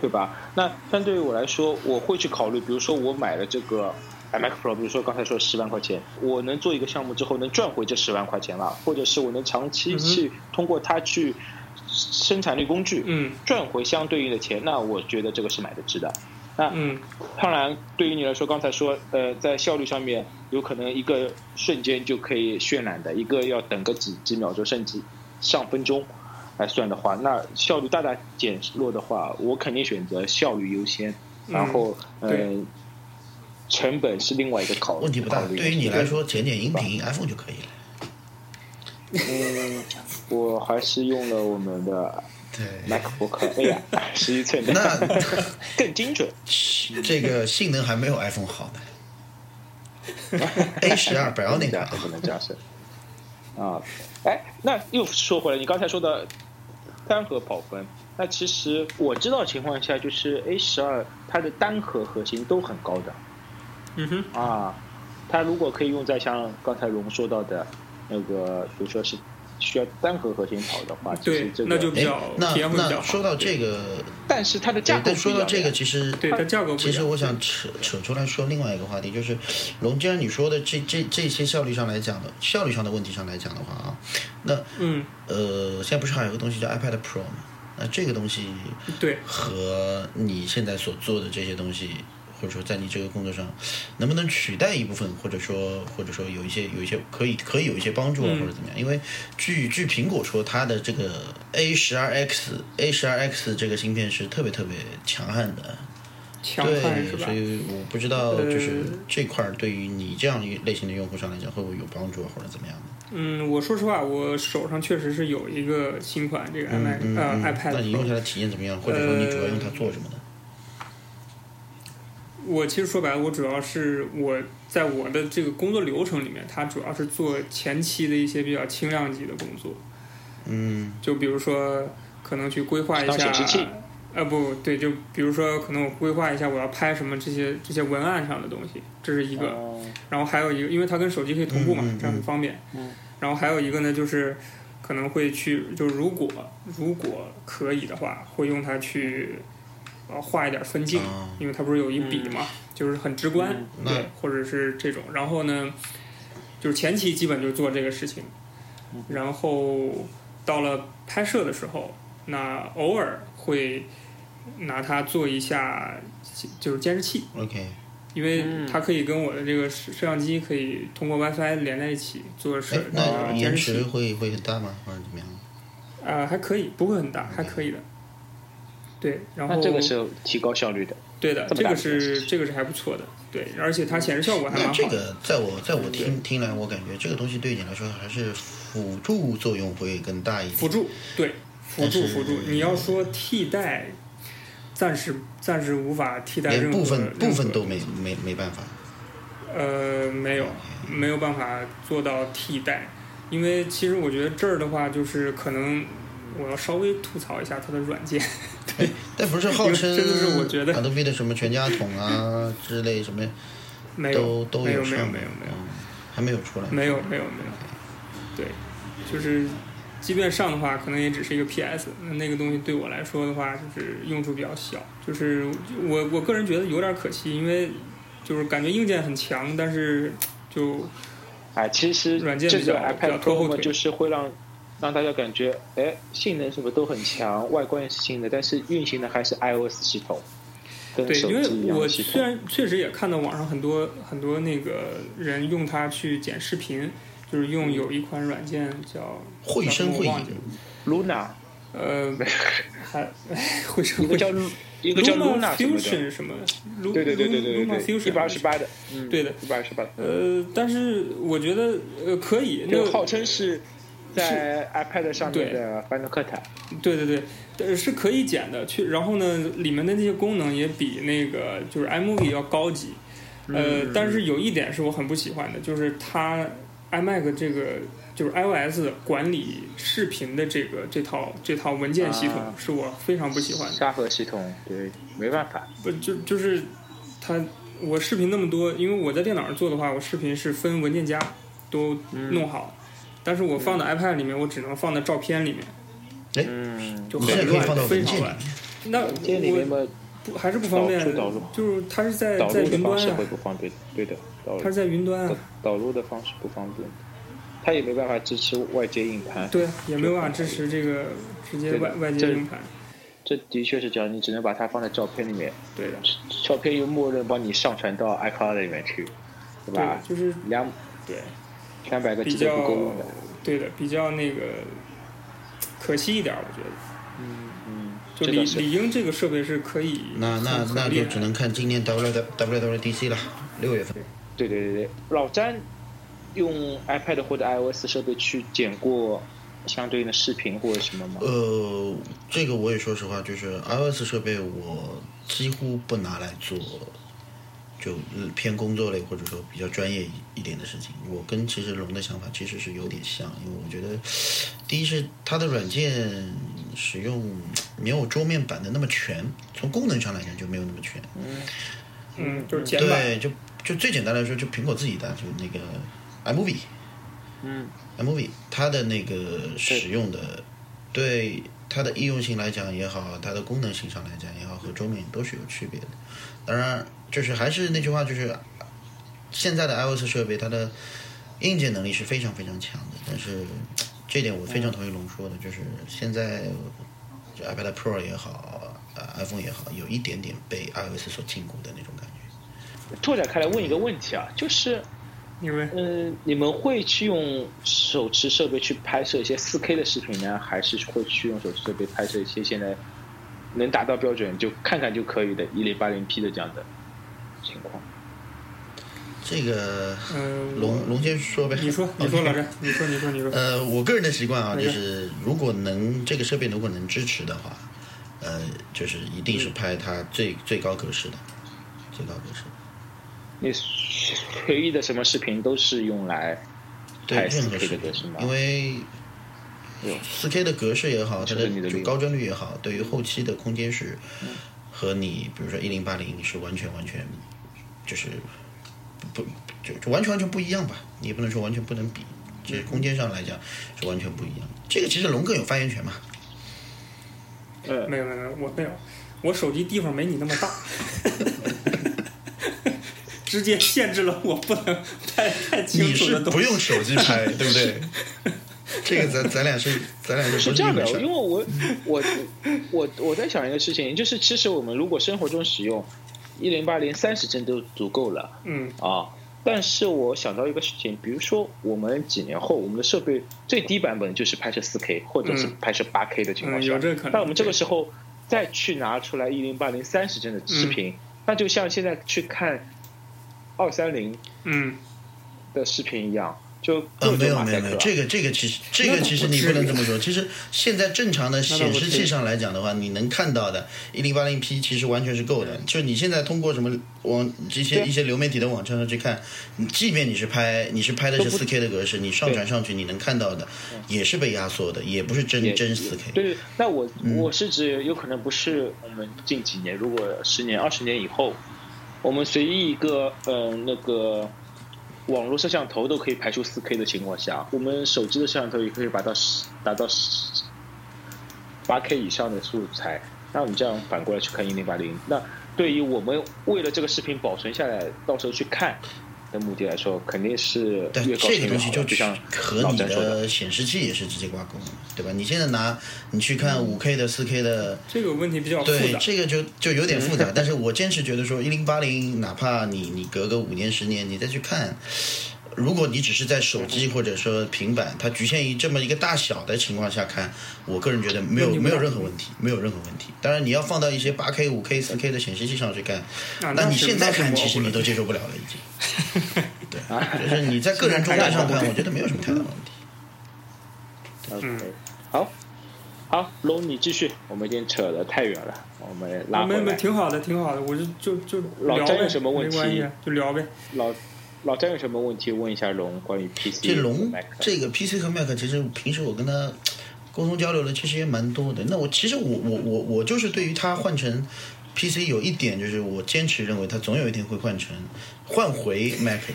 [SPEAKER 1] 对吧？那相对于我来说，我会去考虑，比如说我买了这个 iMac Pro，比如说刚才说十万块钱，我能做一个项目之后能赚回这十万块钱了，或者是我能长期
[SPEAKER 3] 嗯哼
[SPEAKER 1] 去通过它去生产力工具
[SPEAKER 3] 嗯，
[SPEAKER 1] 赚回相对应的钱，那我觉得这个是买得值的。那
[SPEAKER 3] 嗯，
[SPEAKER 1] 当然，对于你来说，刚才说，呃，在效率上面，有可能一个瞬间就可以渲染的，一个要等个几几秒钟，甚至上分钟来算的话，那效率大大减弱的话，我肯定选择效率优先，
[SPEAKER 3] 嗯
[SPEAKER 1] 然后，嗯、
[SPEAKER 3] 对
[SPEAKER 1] 成本是另外一个考
[SPEAKER 2] 问题不大
[SPEAKER 1] 考。虑
[SPEAKER 2] 对于你来，说，剪剪音频 iPhone 就可以了。
[SPEAKER 1] 嗯，我还是用了我们的
[SPEAKER 2] 对，
[SPEAKER 1] MacBook Air 十一寸的，
[SPEAKER 2] 那
[SPEAKER 1] 更精准。
[SPEAKER 2] [LAUGHS] 这个性能还没有 iPhone 好呢。A 十二 Pro 那
[SPEAKER 1] 这
[SPEAKER 2] 个
[SPEAKER 1] 样
[SPEAKER 3] [LAUGHS]
[SPEAKER 2] 啊
[SPEAKER 1] 不能这样是。 [LAUGHS] 啊，哎，那又说回来，你刚才说的单核跑分，那其实我知道情况下，就是 A 十二它的单核核心都很高的
[SPEAKER 3] 嗯哼，
[SPEAKER 1] 啊，它如果可以用在像刚才龙说到的那个，比如说是需要单核核心跑的话，其实
[SPEAKER 3] 对
[SPEAKER 1] 这，个
[SPEAKER 3] 那就比
[SPEAKER 2] 哎
[SPEAKER 3] 较
[SPEAKER 2] 那
[SPEAKER 3] 体验会比较
[SPEAKER 2] 那
[SPEAKER 3] 好。
[SPEAKER 2] 说到这个，
[SPEAKER 1] 但是它的
[SPEAKER 2] 对
[SPEAKER 1] 价格
[SPEAKER 2] 但说到这个，其实
[SPEAKER 3] 对，它价格不
[SPEAKER 2] 其
[SPEAKER 3] 一
[SPEAKER 2] 实
[SPEAKER 3] 样。
[SPEAKER 2] 我想扯扯出来说另外一个话题，就是龙，既然你说的这这这些效率上来讲的效率上的问题上来讲的话啊，那
[SPEAKER 3] 嗯，
[SPEAKER 2] 呃，现在不是还有个东西叫 iPad Pro 吗？那这个东西
[SPEAKER 3] 对，
[SPEAKER 2] 和你现在所做的这些东西，或者说在你这个工作上，能不能取代一部分，或者说或者说有一些有一些可以可以有一些帮助啊，
[SPEAKER 3] 嗯
[SPEAKER 2] 或者怎么样？因为据据苹果说，它的这个 A 十二 X A 十二 X 这个芯片是特别特别强悍的，
[SPEAKER 3] 强悍是
[SPEAKER 2] 对，
[SPEAKER 3] 吧
[SPEAKER 2] 所？以我不知道就是
[SPEAKER 3] 呃
[SPEAKER 2] 这块儿对于你这样一类型的用户上来讲，会不会有帮助啊或者怎么样的？
[SPEAKER 3] 嗯，我说实话，我手上确实是有一个新款这个 iMac
[SPEAKER 2] 嗯
[SPEAKER 3] 呃
[SPEAKER 2] 嗯嗯
[SPEAKER 3] iPad
[SPEAKER 2] 那你
[SPEAKER 3] Pro
[SPEAKER 2] 用下来体验怎么样？或者说你主要用它做什么呢？
[SPEAKER 3] 我其实说白了，我主要是我在我的这个工作流程里面，它主要是做前期的一些比较轻量级的工作，
[SPEAKER 2] 嗯
[SPEAKER 3] 就比如说可能去规划一
[SPEAKER 1] 当
[SPEAKER 3] 下
[SPEAKER 1] 显示器，
[SPEAKER 3] 呃不对，就比如说可能我规划一下我要拍什么这些这些文案上的东西，这是一个。
[SPEAKER 1] 嗯
[SPEAKER 3] 然后还有一个，因为它跟手机可以同步嘛，
[SPEAKER 2] 嗯嗯嗯
[SPEAKER 3] 这样很方便。
[SPEAKER 1] 嗯
[SPEAKER 3] 然后还有一个呢，就是可能会去，就如果如果可以的话，会用它去呃画一点分镜，
[SPEAKER 2] 啊
[SPEAKER 3] 因为它不是有一笔嘛，就是很直观，
[SPEAKER 2] 嗯
[SPEAKER 3] 对
[SPEAKER 2] 那，
[SPEAKER 3] 或者是这种。然后呢，就是前期基本就做这个事情，然后到了拍摄的时候，那偶尔会拿它做一下就是监视器，
[SPEAKER 2] ，OK，
[SPEAKER 3] 因为
[SPEAKER 1] 嗯
[SPEAKER 3] 它可以跟我的这个摄摄像机可以通过 WiFi 连在一起做摄
[SPEAKER 2] 哎，
[SPEAKER 3] 那
[SPEAKER 2] 那
[SPEAKER 3] 个
[SPEAKER 2] 延
[SPEAKER 3] 监视
[SPEAKER 2] 迟
[SPEAKER 3] 器，
[SPEAKER 2] 会会很大吗？或者怎么样？
[SPEAKER 3] 呃，还可以，不会很大，还可以的。对，然后
[SPEAKER 1] 那这个是提高效率的，
[SPEAKER 3] 对的，
[SPEAKER 1] 这么
[SPEAKER 3] 这
[SPEAKER 1] 大
[SPEAKER 3] 个
[SPEAKER 1] 的
[SPEAKER 3] 是这个是还不错的，对，而且它显示效果还蛮
[SPEAKER 2] 那
[SPEAKER 3] 好
[SPEAKER 2] 这
[SPEAKER 3] 的。
[SPEAKER 2] 个在我在我听听来，我感觉这个东西对你来说还是辅助作用会更大一点。
[SPEAKER 3] 辅助，对，辅助
[SPEAKER 2] 但是
[SPEAKER 3] 辅助，你要说替代，暂时暂时无法替代
[SPEAKER 2] 连
[SPEAKER 3] 任何
[SPEAKER 2] 部分部分都
[SPEAKER 3] 任
[SPEAKER 2] 没没没办法。
[SPEAKER 3] 何呃没有没有办法做到替代，因为其实我觉得这儿的话，就是可能我要稍微吐槽一下它的软件。 [LAUGHS]
[SPEAKER 2] 但不是号称
[SPEAKER 3] 因为真的是我觉得
[SPEAKER 2] Adobe 的什么全家桶
[SPEAKER 3] [LAUGHS]
[SPEAKER 2] 啊之类什么
[SPEAKER 3] 没
[SPEAKER 2] 都
[SPEAKER 3] 有，
[SPEAKER 2] 都
[SPEAKER 3] 没有，没有，
[SPEAKER 2] 上，
[SPEAKER 3] 没有，没有
[SPEAKER 2] 嗯，还没有出来。
[SPEAKER 3] 没有，没有，没有。对，就是即便上的话，可能也只是一个 PS，那那个东西对我来说的话，就是用处比较小。就是我我个人觉得有点可惜，因为就是感觉硬件很强，但是就
[SPEAKER 1] 啊，其实
[SPEAKER 3] 软件
[SPEAKER 1] 这
[SPEAKER 3] 比较
[SPEAKER 1] 个
[SPEAKER 3] 比较
[SPEAKER 1] iPad
[SPEAKER 3] 拖后
[SPEAKER 1] Pro 嘛
[SPEAKER 3] 腿
[SPEAKER 1] 就是会让让大家感觉，哎，性能什么都很强，外观也是新的，但是运行的还是 iOS 系统，跟
[SPEAKER 3] 对，
[SPEAKER 1] 手
[SPEAKER 3] 因为
[SPEAKER 1] 机一样
[SPEAKER 3] 我
[SPEAKER 1] 的系
[SPEAKER 3] 虽
[SPEAKER 1] 统。
[SPEAKER 3] 然确实也看到网上很多很多那个人用它去剪视频，就是
[SPEAKER 1] 嗯
[SPEAKER 3] 用有一款软件叫
[SPEAKER 2] 绘声绘
[SPEAKER 3] 叫什么我
[SPEAKER 2] 影
[SPEAKER 3] 忘记了
[SPEAKER 1] Luna，
[SPEAKER 3] [LAUGHS] 呃，还绘声
[SPEAKER 1] 一
[SPEAKER 3] 绘
[SPEAKER 1] 个
[SPEAKER 3] 影
[SPEAKER 1] 叫。一个叫 Luna 什么的，
[SPEAKER 3] Fusion 什么的，
[SPEAKER 1] 对对对对对
[SPEAKER 3] Luma
[SPEAKER 1] 对
[SPEAKER 3] Fusion
[SPEAKER 1] 对，一百二十八的，嗯，
[SPEAKER 3] 对的
[SPEAKER 1] 一百二十八的，
[SPEAKER 3] 呃，但是我觉得呃可以，那
[SPEAKER 1] 就号称是在 iPad 上面
[SPEAKER 3] 对
[SPEAKER 1] 的 Final Cut，啊
[SPEAKER 3] 对对对，呃是可以剪的。去，然后呢，里面的那些功能也比那个就是 iMovie 要高级。呃，
[SPEAKER 1] 嗯
[SPEAKER 3] 但是有一点是我很不喜欢的，就是它 iMac 这个就是 iOS 管理视频的这个这套这套文件系统
[SPEAKER 1] 啊
[SPEAKER 3] 是我非常不喜欢的。
[SPEAKER 1] 沙盒系统，对，没办法，
[SPEAKER 3] 不就就是它，我视频那么多，因为我在电脑上做的话，我视频是分文件夹都弄好，但是我放到 iPad 里面，我只能放到照片里面，
[SPEAKER 1] 嗯，
[SPEAKER 3] 就
[SPEAKER 2] 你现在
[SPEAKER 3] 很
[SPEAKER 2] 可以放到
[SPEAKER 3] 乱，非
[SPEAKER 2] 文
[SPEAKER 3] 常
[SPEAKER 2] 件里
[SPEAKER 3] 乱。。那
[SPEAKER 1] 这里面
[SPEAKER 3] 我
[SPEAKER 1] 嘛，
[SPEAKER 3] 不还是不方便
[SPEAKER 1] 导出导入，
[SPEAKER 3] 就是它是在
[SPEAKER 1] 导呃
[SPEAKER 3] 在
[SPEAKER 1] 入的
[SPEAKER 3] 云
[SPEAKER 1] 方
[SPEAKER 3] 端
[SPEAKER 1] 式
[SPEAKER 3] 啊
[SPEAKER 1] 会，不方便，对的，导
[SPEAKER 3] 它是
[SPEAKER 1] 入
[SPEAKER 3] 在云端啊，
[SPEAKER 1] 导入的方式不方便，它也没办法支持外接硬盘，
[SPEAKER 3] 对，也没有办法支持这个直接
[SPEAKER 1] 对的
[SPEAKER 3] 外外接
[SPEAKER 1] 这
[SPEAKER 3] 硬盘。
[SPEAKER 1] 这的确是这样，你只能把它放在照片里面，
[SPEAKER 3] 对的，
[SPEAKER 1] 照片又默认帮你上传到 iCloud 里面去，对
[SPEAKER 3] 对
[SPEAKER 1] 吧，？
[SPEAKER 3] 就是
[SPEAKER 1] 两
[SPEAKER 3] 对
[SPEAKER 1] 三百个
[SPEAKER 3] 比
[SPEAKER 1] 基本
[SPEAKER 3] 较
[SPEAKER 1] 不够用的，
[SPEAKER 3] 对的，比较那个可惜一点儿，我觉得。
[SPEAKER 1] 嗯，
[SPEAKER 3] 就
[SPEAKER 1] 这
[SPEAKER 3] 理
[SPEAKER 1] 倒是
[SPEAKER 3] 理应这个设备是可以
[SPEAKER 2] 那那
[SPEAKER 3] 很很
[SPEAKER 2] 那
[SPEAKER 3] 厉
[SPEAKER 2] 就
[SPEAKER 3] 害
[SPEAKER 2] 只能看今年 W WWDC 了，六月份。
[SPEAKER 1] 对对对对，老詹用 iPad 或者 iOS 设备去剪过相对应的视频或者什么吗？
[SPEAKER 2] 呃，这个我也说实话，就是 iOS 设备我几乎不拿来做，就呃偏工作类或者说比较专业一点的事情。我跟其实龙的想法其实是有点像，因为我觉得第一是它的软件使用没有桌面版的那么全，从功能上来讲就没有那么全。
[SPEAKER 3] 嗯，就是简版，
[SPEAKER 2] 对，就就最简单来说，就苹果自己的就那个 iMovie。
[SPEAKER 1] 嗯
[SPEAKER 2] iMovie 它的那个使用的，对它的易用性来讲也好，它的功能性上来讲也好，和桌面都是有区别的。当然，就是还是那句话，就是现在的 iOS 设备它的硬件能力是非常非常强的，但是这点我非常同意龙说的，就是现在就 iPad Pro 也好，呃 iPhone 也好，有一点点被 iOS 所禁锢的那种感觉。
[SPEAKER 1] 拓展开来问一个问题啊，就是
[SPEAKER 3] 因为
[SPEAKER 1] 嗯，你们会去用手持设备去拍摄一些 4K 的视频呢，还是会去用手持设备拍摄一些现在能达到标准就看看就可以的 1080P 的这样的情况？
[SPEAKER 2] 这个
[SPEAKER 3] 嗯，
[SPEAKER 2] 龙龙先说呗，
[SPEAKER 3] 你说你说
[SPEAKER 2] OK
[SPEAKER 3] 老詹，你说你说你说，
[SPEAKER 2] 呃，我个人的习惯啊，
[SPEAKER 1] 嗯
[SPEAKER 3] 没
[SPEAKER 2] 就
[SPEAKER 3] 事
[SPEAKER 2] 是如果能这个设备如果能支持的话，呃，就是一定是拍它最、最高格式的，最高格式。
[SPEAKER 1] 你随意的什么视频都是用来
[SPEAKER 2] 对
[SPEAKER 1] 拍
[SPEAKER 2] 任何
[SPEAKER 1] 4K 的
[SPEAKER 2] 视频
[SPEAKER 1] 格式吗，？
[SPEAKER 2] 因为
[SPEAKER 1] 哎呦
[SPEAKER 2] 四 K 的格式也好，它
[SPEAKER 1] 这是你的
[SPEAKER 2] 就
[SPEAKER 1] 理由嗯
[SPEAKER 2] 高帧率也好，对于后期的空间是和你比如说一零八零是完全完全就是不就就完全完全不一样吧，你也不能说完全不能比，
[SPEAKER 1] 嗯
[SPEAKER 2] 就是空间上来讲是完全不一样的。这个其实龙哥有发言权嘛？
[SPEAKER 1] 嗯，
[SPEAKER 3] 没有没有没有，我没有，我手机地方没你那么大， [LAUGHS] 直接限制了我不能太太清
[SPEAKER 2] 你
[SPEAKER 3] 楚
[SPEAKER 2] 是
[SPEAKER 3] 的东
[SPEAKER 2] 不
[SPEAKER 3] 西。
[SPEAKER 2] 用手机拍，对不对？ [LAUGHS] 这个咱咱俩是咱俩是
[SPEAKER 1] 是
[SPEAKER 2] 不
[SPEAKER 1] 这
[SPEAKER 2] 一
[SPEAKER 1] 样
[SPEAKER 2] 回
[SPEAKER 1] 的，
[SPEAKER 2] 事
[SPEAKER 1] 因为
[SPEAKER 2] 儿？
[SPEAKER 1] 我我我我在想一个事情，就是其实我们如果生活中使用1080 30帧都足够了。
[SPEAKER 3] 嗯，
[SPEAKER 1] 啊。但是我想到一个事情，比如说我们几年后，我们的设备最低版本就是拍摄 4K 或者是
[SPEAKER 3] 嗯
[SPEAKER 1] 拍摄 8K 的情况
[SPEAKER 3] 嗯
[SPEAKER 1] 下，
[SPEAKER 3] 有这可能
[SPEAKER 1] 那我们这个时候再去拿出来1080 30帧的
[SPEAKER 3] 嗯
[SPEAKER 1] 视频，那就像现在去看230
[SPEAKER 3] 嗯，
[SPEAKER 1] 的视频一样，就
[SPEAKER 2] 呃，
[SPEAKER 1] 各
[SPEAKER 2] 没
[SPEAKER 1] 种
[SPEAKER 2] 有
[SPEAKER 1] 马
[SPEAKER 2] 没有
[SPEAKER 1] 赛
[SPEAKER 2] 没
[SPEAKER 1] 克
[SPEAKER 2] 有，
[SPEAKER 1] 啊。
[SPEAKER 2] 这个这个其实这
[SPEAKER 3] 那
[SPEAKER 2] 个
[SPEAKER 3] 倒
[SPEAKER 2] 其实
[SPEAKER 3] 不
[SPEAKER 2] 你
[SPEAKER 3] 至
[SPEAKER 2] 不能
[SPEAKER 3] 于
[SPEAKER 2] 这么说。其实现在正常的显示器上来讲的话，你能看到的一零八零 P 其实完全是够的。就你现在通过什么网这些
[SPEAKER 1] 对
[SPEAKER 2] 一些流媒体的网站上去看，你即便你是拍你是拍的是
[SPEAKER 1] 都不
[SPEAKER 2] 四 K 的格式，你上传上去你能看到的也是被压缩的，也不是真
[SPEAKER 1] 也
[SPEAKER 2] 真四 K。嗯
[SPEAKER 1] 对，那我我是指有可能不是我们近几年，如果十年、二十年以后，我们随意一个呃那个网络摄像头都可以拍出四 K 的情况下，我们手机的摄像头也可以达到10达到八 K 以上的素材。那我们这样反过来去看一零八零，那对于我们为了这个视频保存下来，到时候去看的目的来说，肯定是
[SPEAKER 2] 但
[SPEAKER 1] 越高
[SPEAKER 2] 这
[SPEAKER 1] 清
[SPEAKER 2] 个
[SPEAKER 1] 越
[SPEAKER 2] 东西
[SPEAKER 1] 好
[SPEAKER 2] 就
[SPEAKER 1] 的，就像
[SPEAKER 2] 和
[SPEAKER 1] 老
[SPEAKER 2] 你
[SPEAKER 1] 詹说的，
[SPEAKER 2] 的显示器也是直接挂钩的，对吧？你现在拿你去
[SPEAKER 1] 嗯
[SPEAKER 2] 看五 K 的、四 K 的，
[SPEAKER 3] 这个问题比
[SPEAKER 1] 哦
[SPEAKER 3] 较复
[SPEAKER 2] 对
[SPEAKER 3] 杂。
[SPEAKER 2] 这个就就有点复
[SPEAKER 1] [LAUGHS]
[SPEAKER 2] 杂。但是我坚持觉得说，一零八零，哪怕你你隔个五年、十年，你再去看，如果你只是在手
[SPEAKER 1] 嗯
[SPEAKER 2] 机或者说平板，它局限于这么一个大小的情况下看，我个人觉得没有
[SPEAKER 3] 问题不
[SPEAKER 2] 没有
[SPEAKER 3] 大
[SPEAKER 1] 嗯
[SPEAKER 2] 任何问题，没有任何问题。当然，你要放到一些八 K、五 K、四 K 的显示器上去看，
[SPEAKER 3] 啊，
[SPEAKER 2] 那
[SPEAKER 3] 那
[SPEAKER 2] 你
[SPEAKER 3] 是
[SPEAKER 2] 现在
[SPEAKER 3] 那是
[SPEAKER 2] 看，
[SPEAKER 3] 模
[SPEAKER 2] 其
[SPEAKER 3] 糊
[SPEAKER 2] 实你
[SPEAKER 3] 的
[SPEAKER 2] 都接受不了了，已经。对，就是你在个人终端上看，我觉得没有什么太大问题。
[SPEAKER 1] 嗯，好，好，龙你继续，我们已经扯得太远了，我们拉
[SPEAKER 3] 啊，没
[SPEAKER 1] 回
[SPEAKER 3] 没
[SPEAKER 1] 来。
[SPEAKER 3] 挺好的，挺好的，我就就就
[SPEAKER 1] 老
[SPEAKER 3] 聊
[SPEAKER 1] 詹
[SPEAKER 3] 呗，
[SPEAKER 1] 有什么问
[SPEAKER 3] 没关系
[SPEAKER 1] 题，
[SPEAKER 3] 就聊呗。
[SPEAKER 1] 老老詹有什么问题问一下龙关于 PC
[SPEAKER 2] 这龙
[SPEAKER 1] Mac
[SPEAKER 2] 这个 PC 和 Mac，其实平时我跟他沟通交流的其实也蛮多的。那我其实我我我我就是对于它换成 PC 有一点，就是我坚持认为它总有一天会换成换回 Mac，
[SPEAKER 3] [LAUGHS]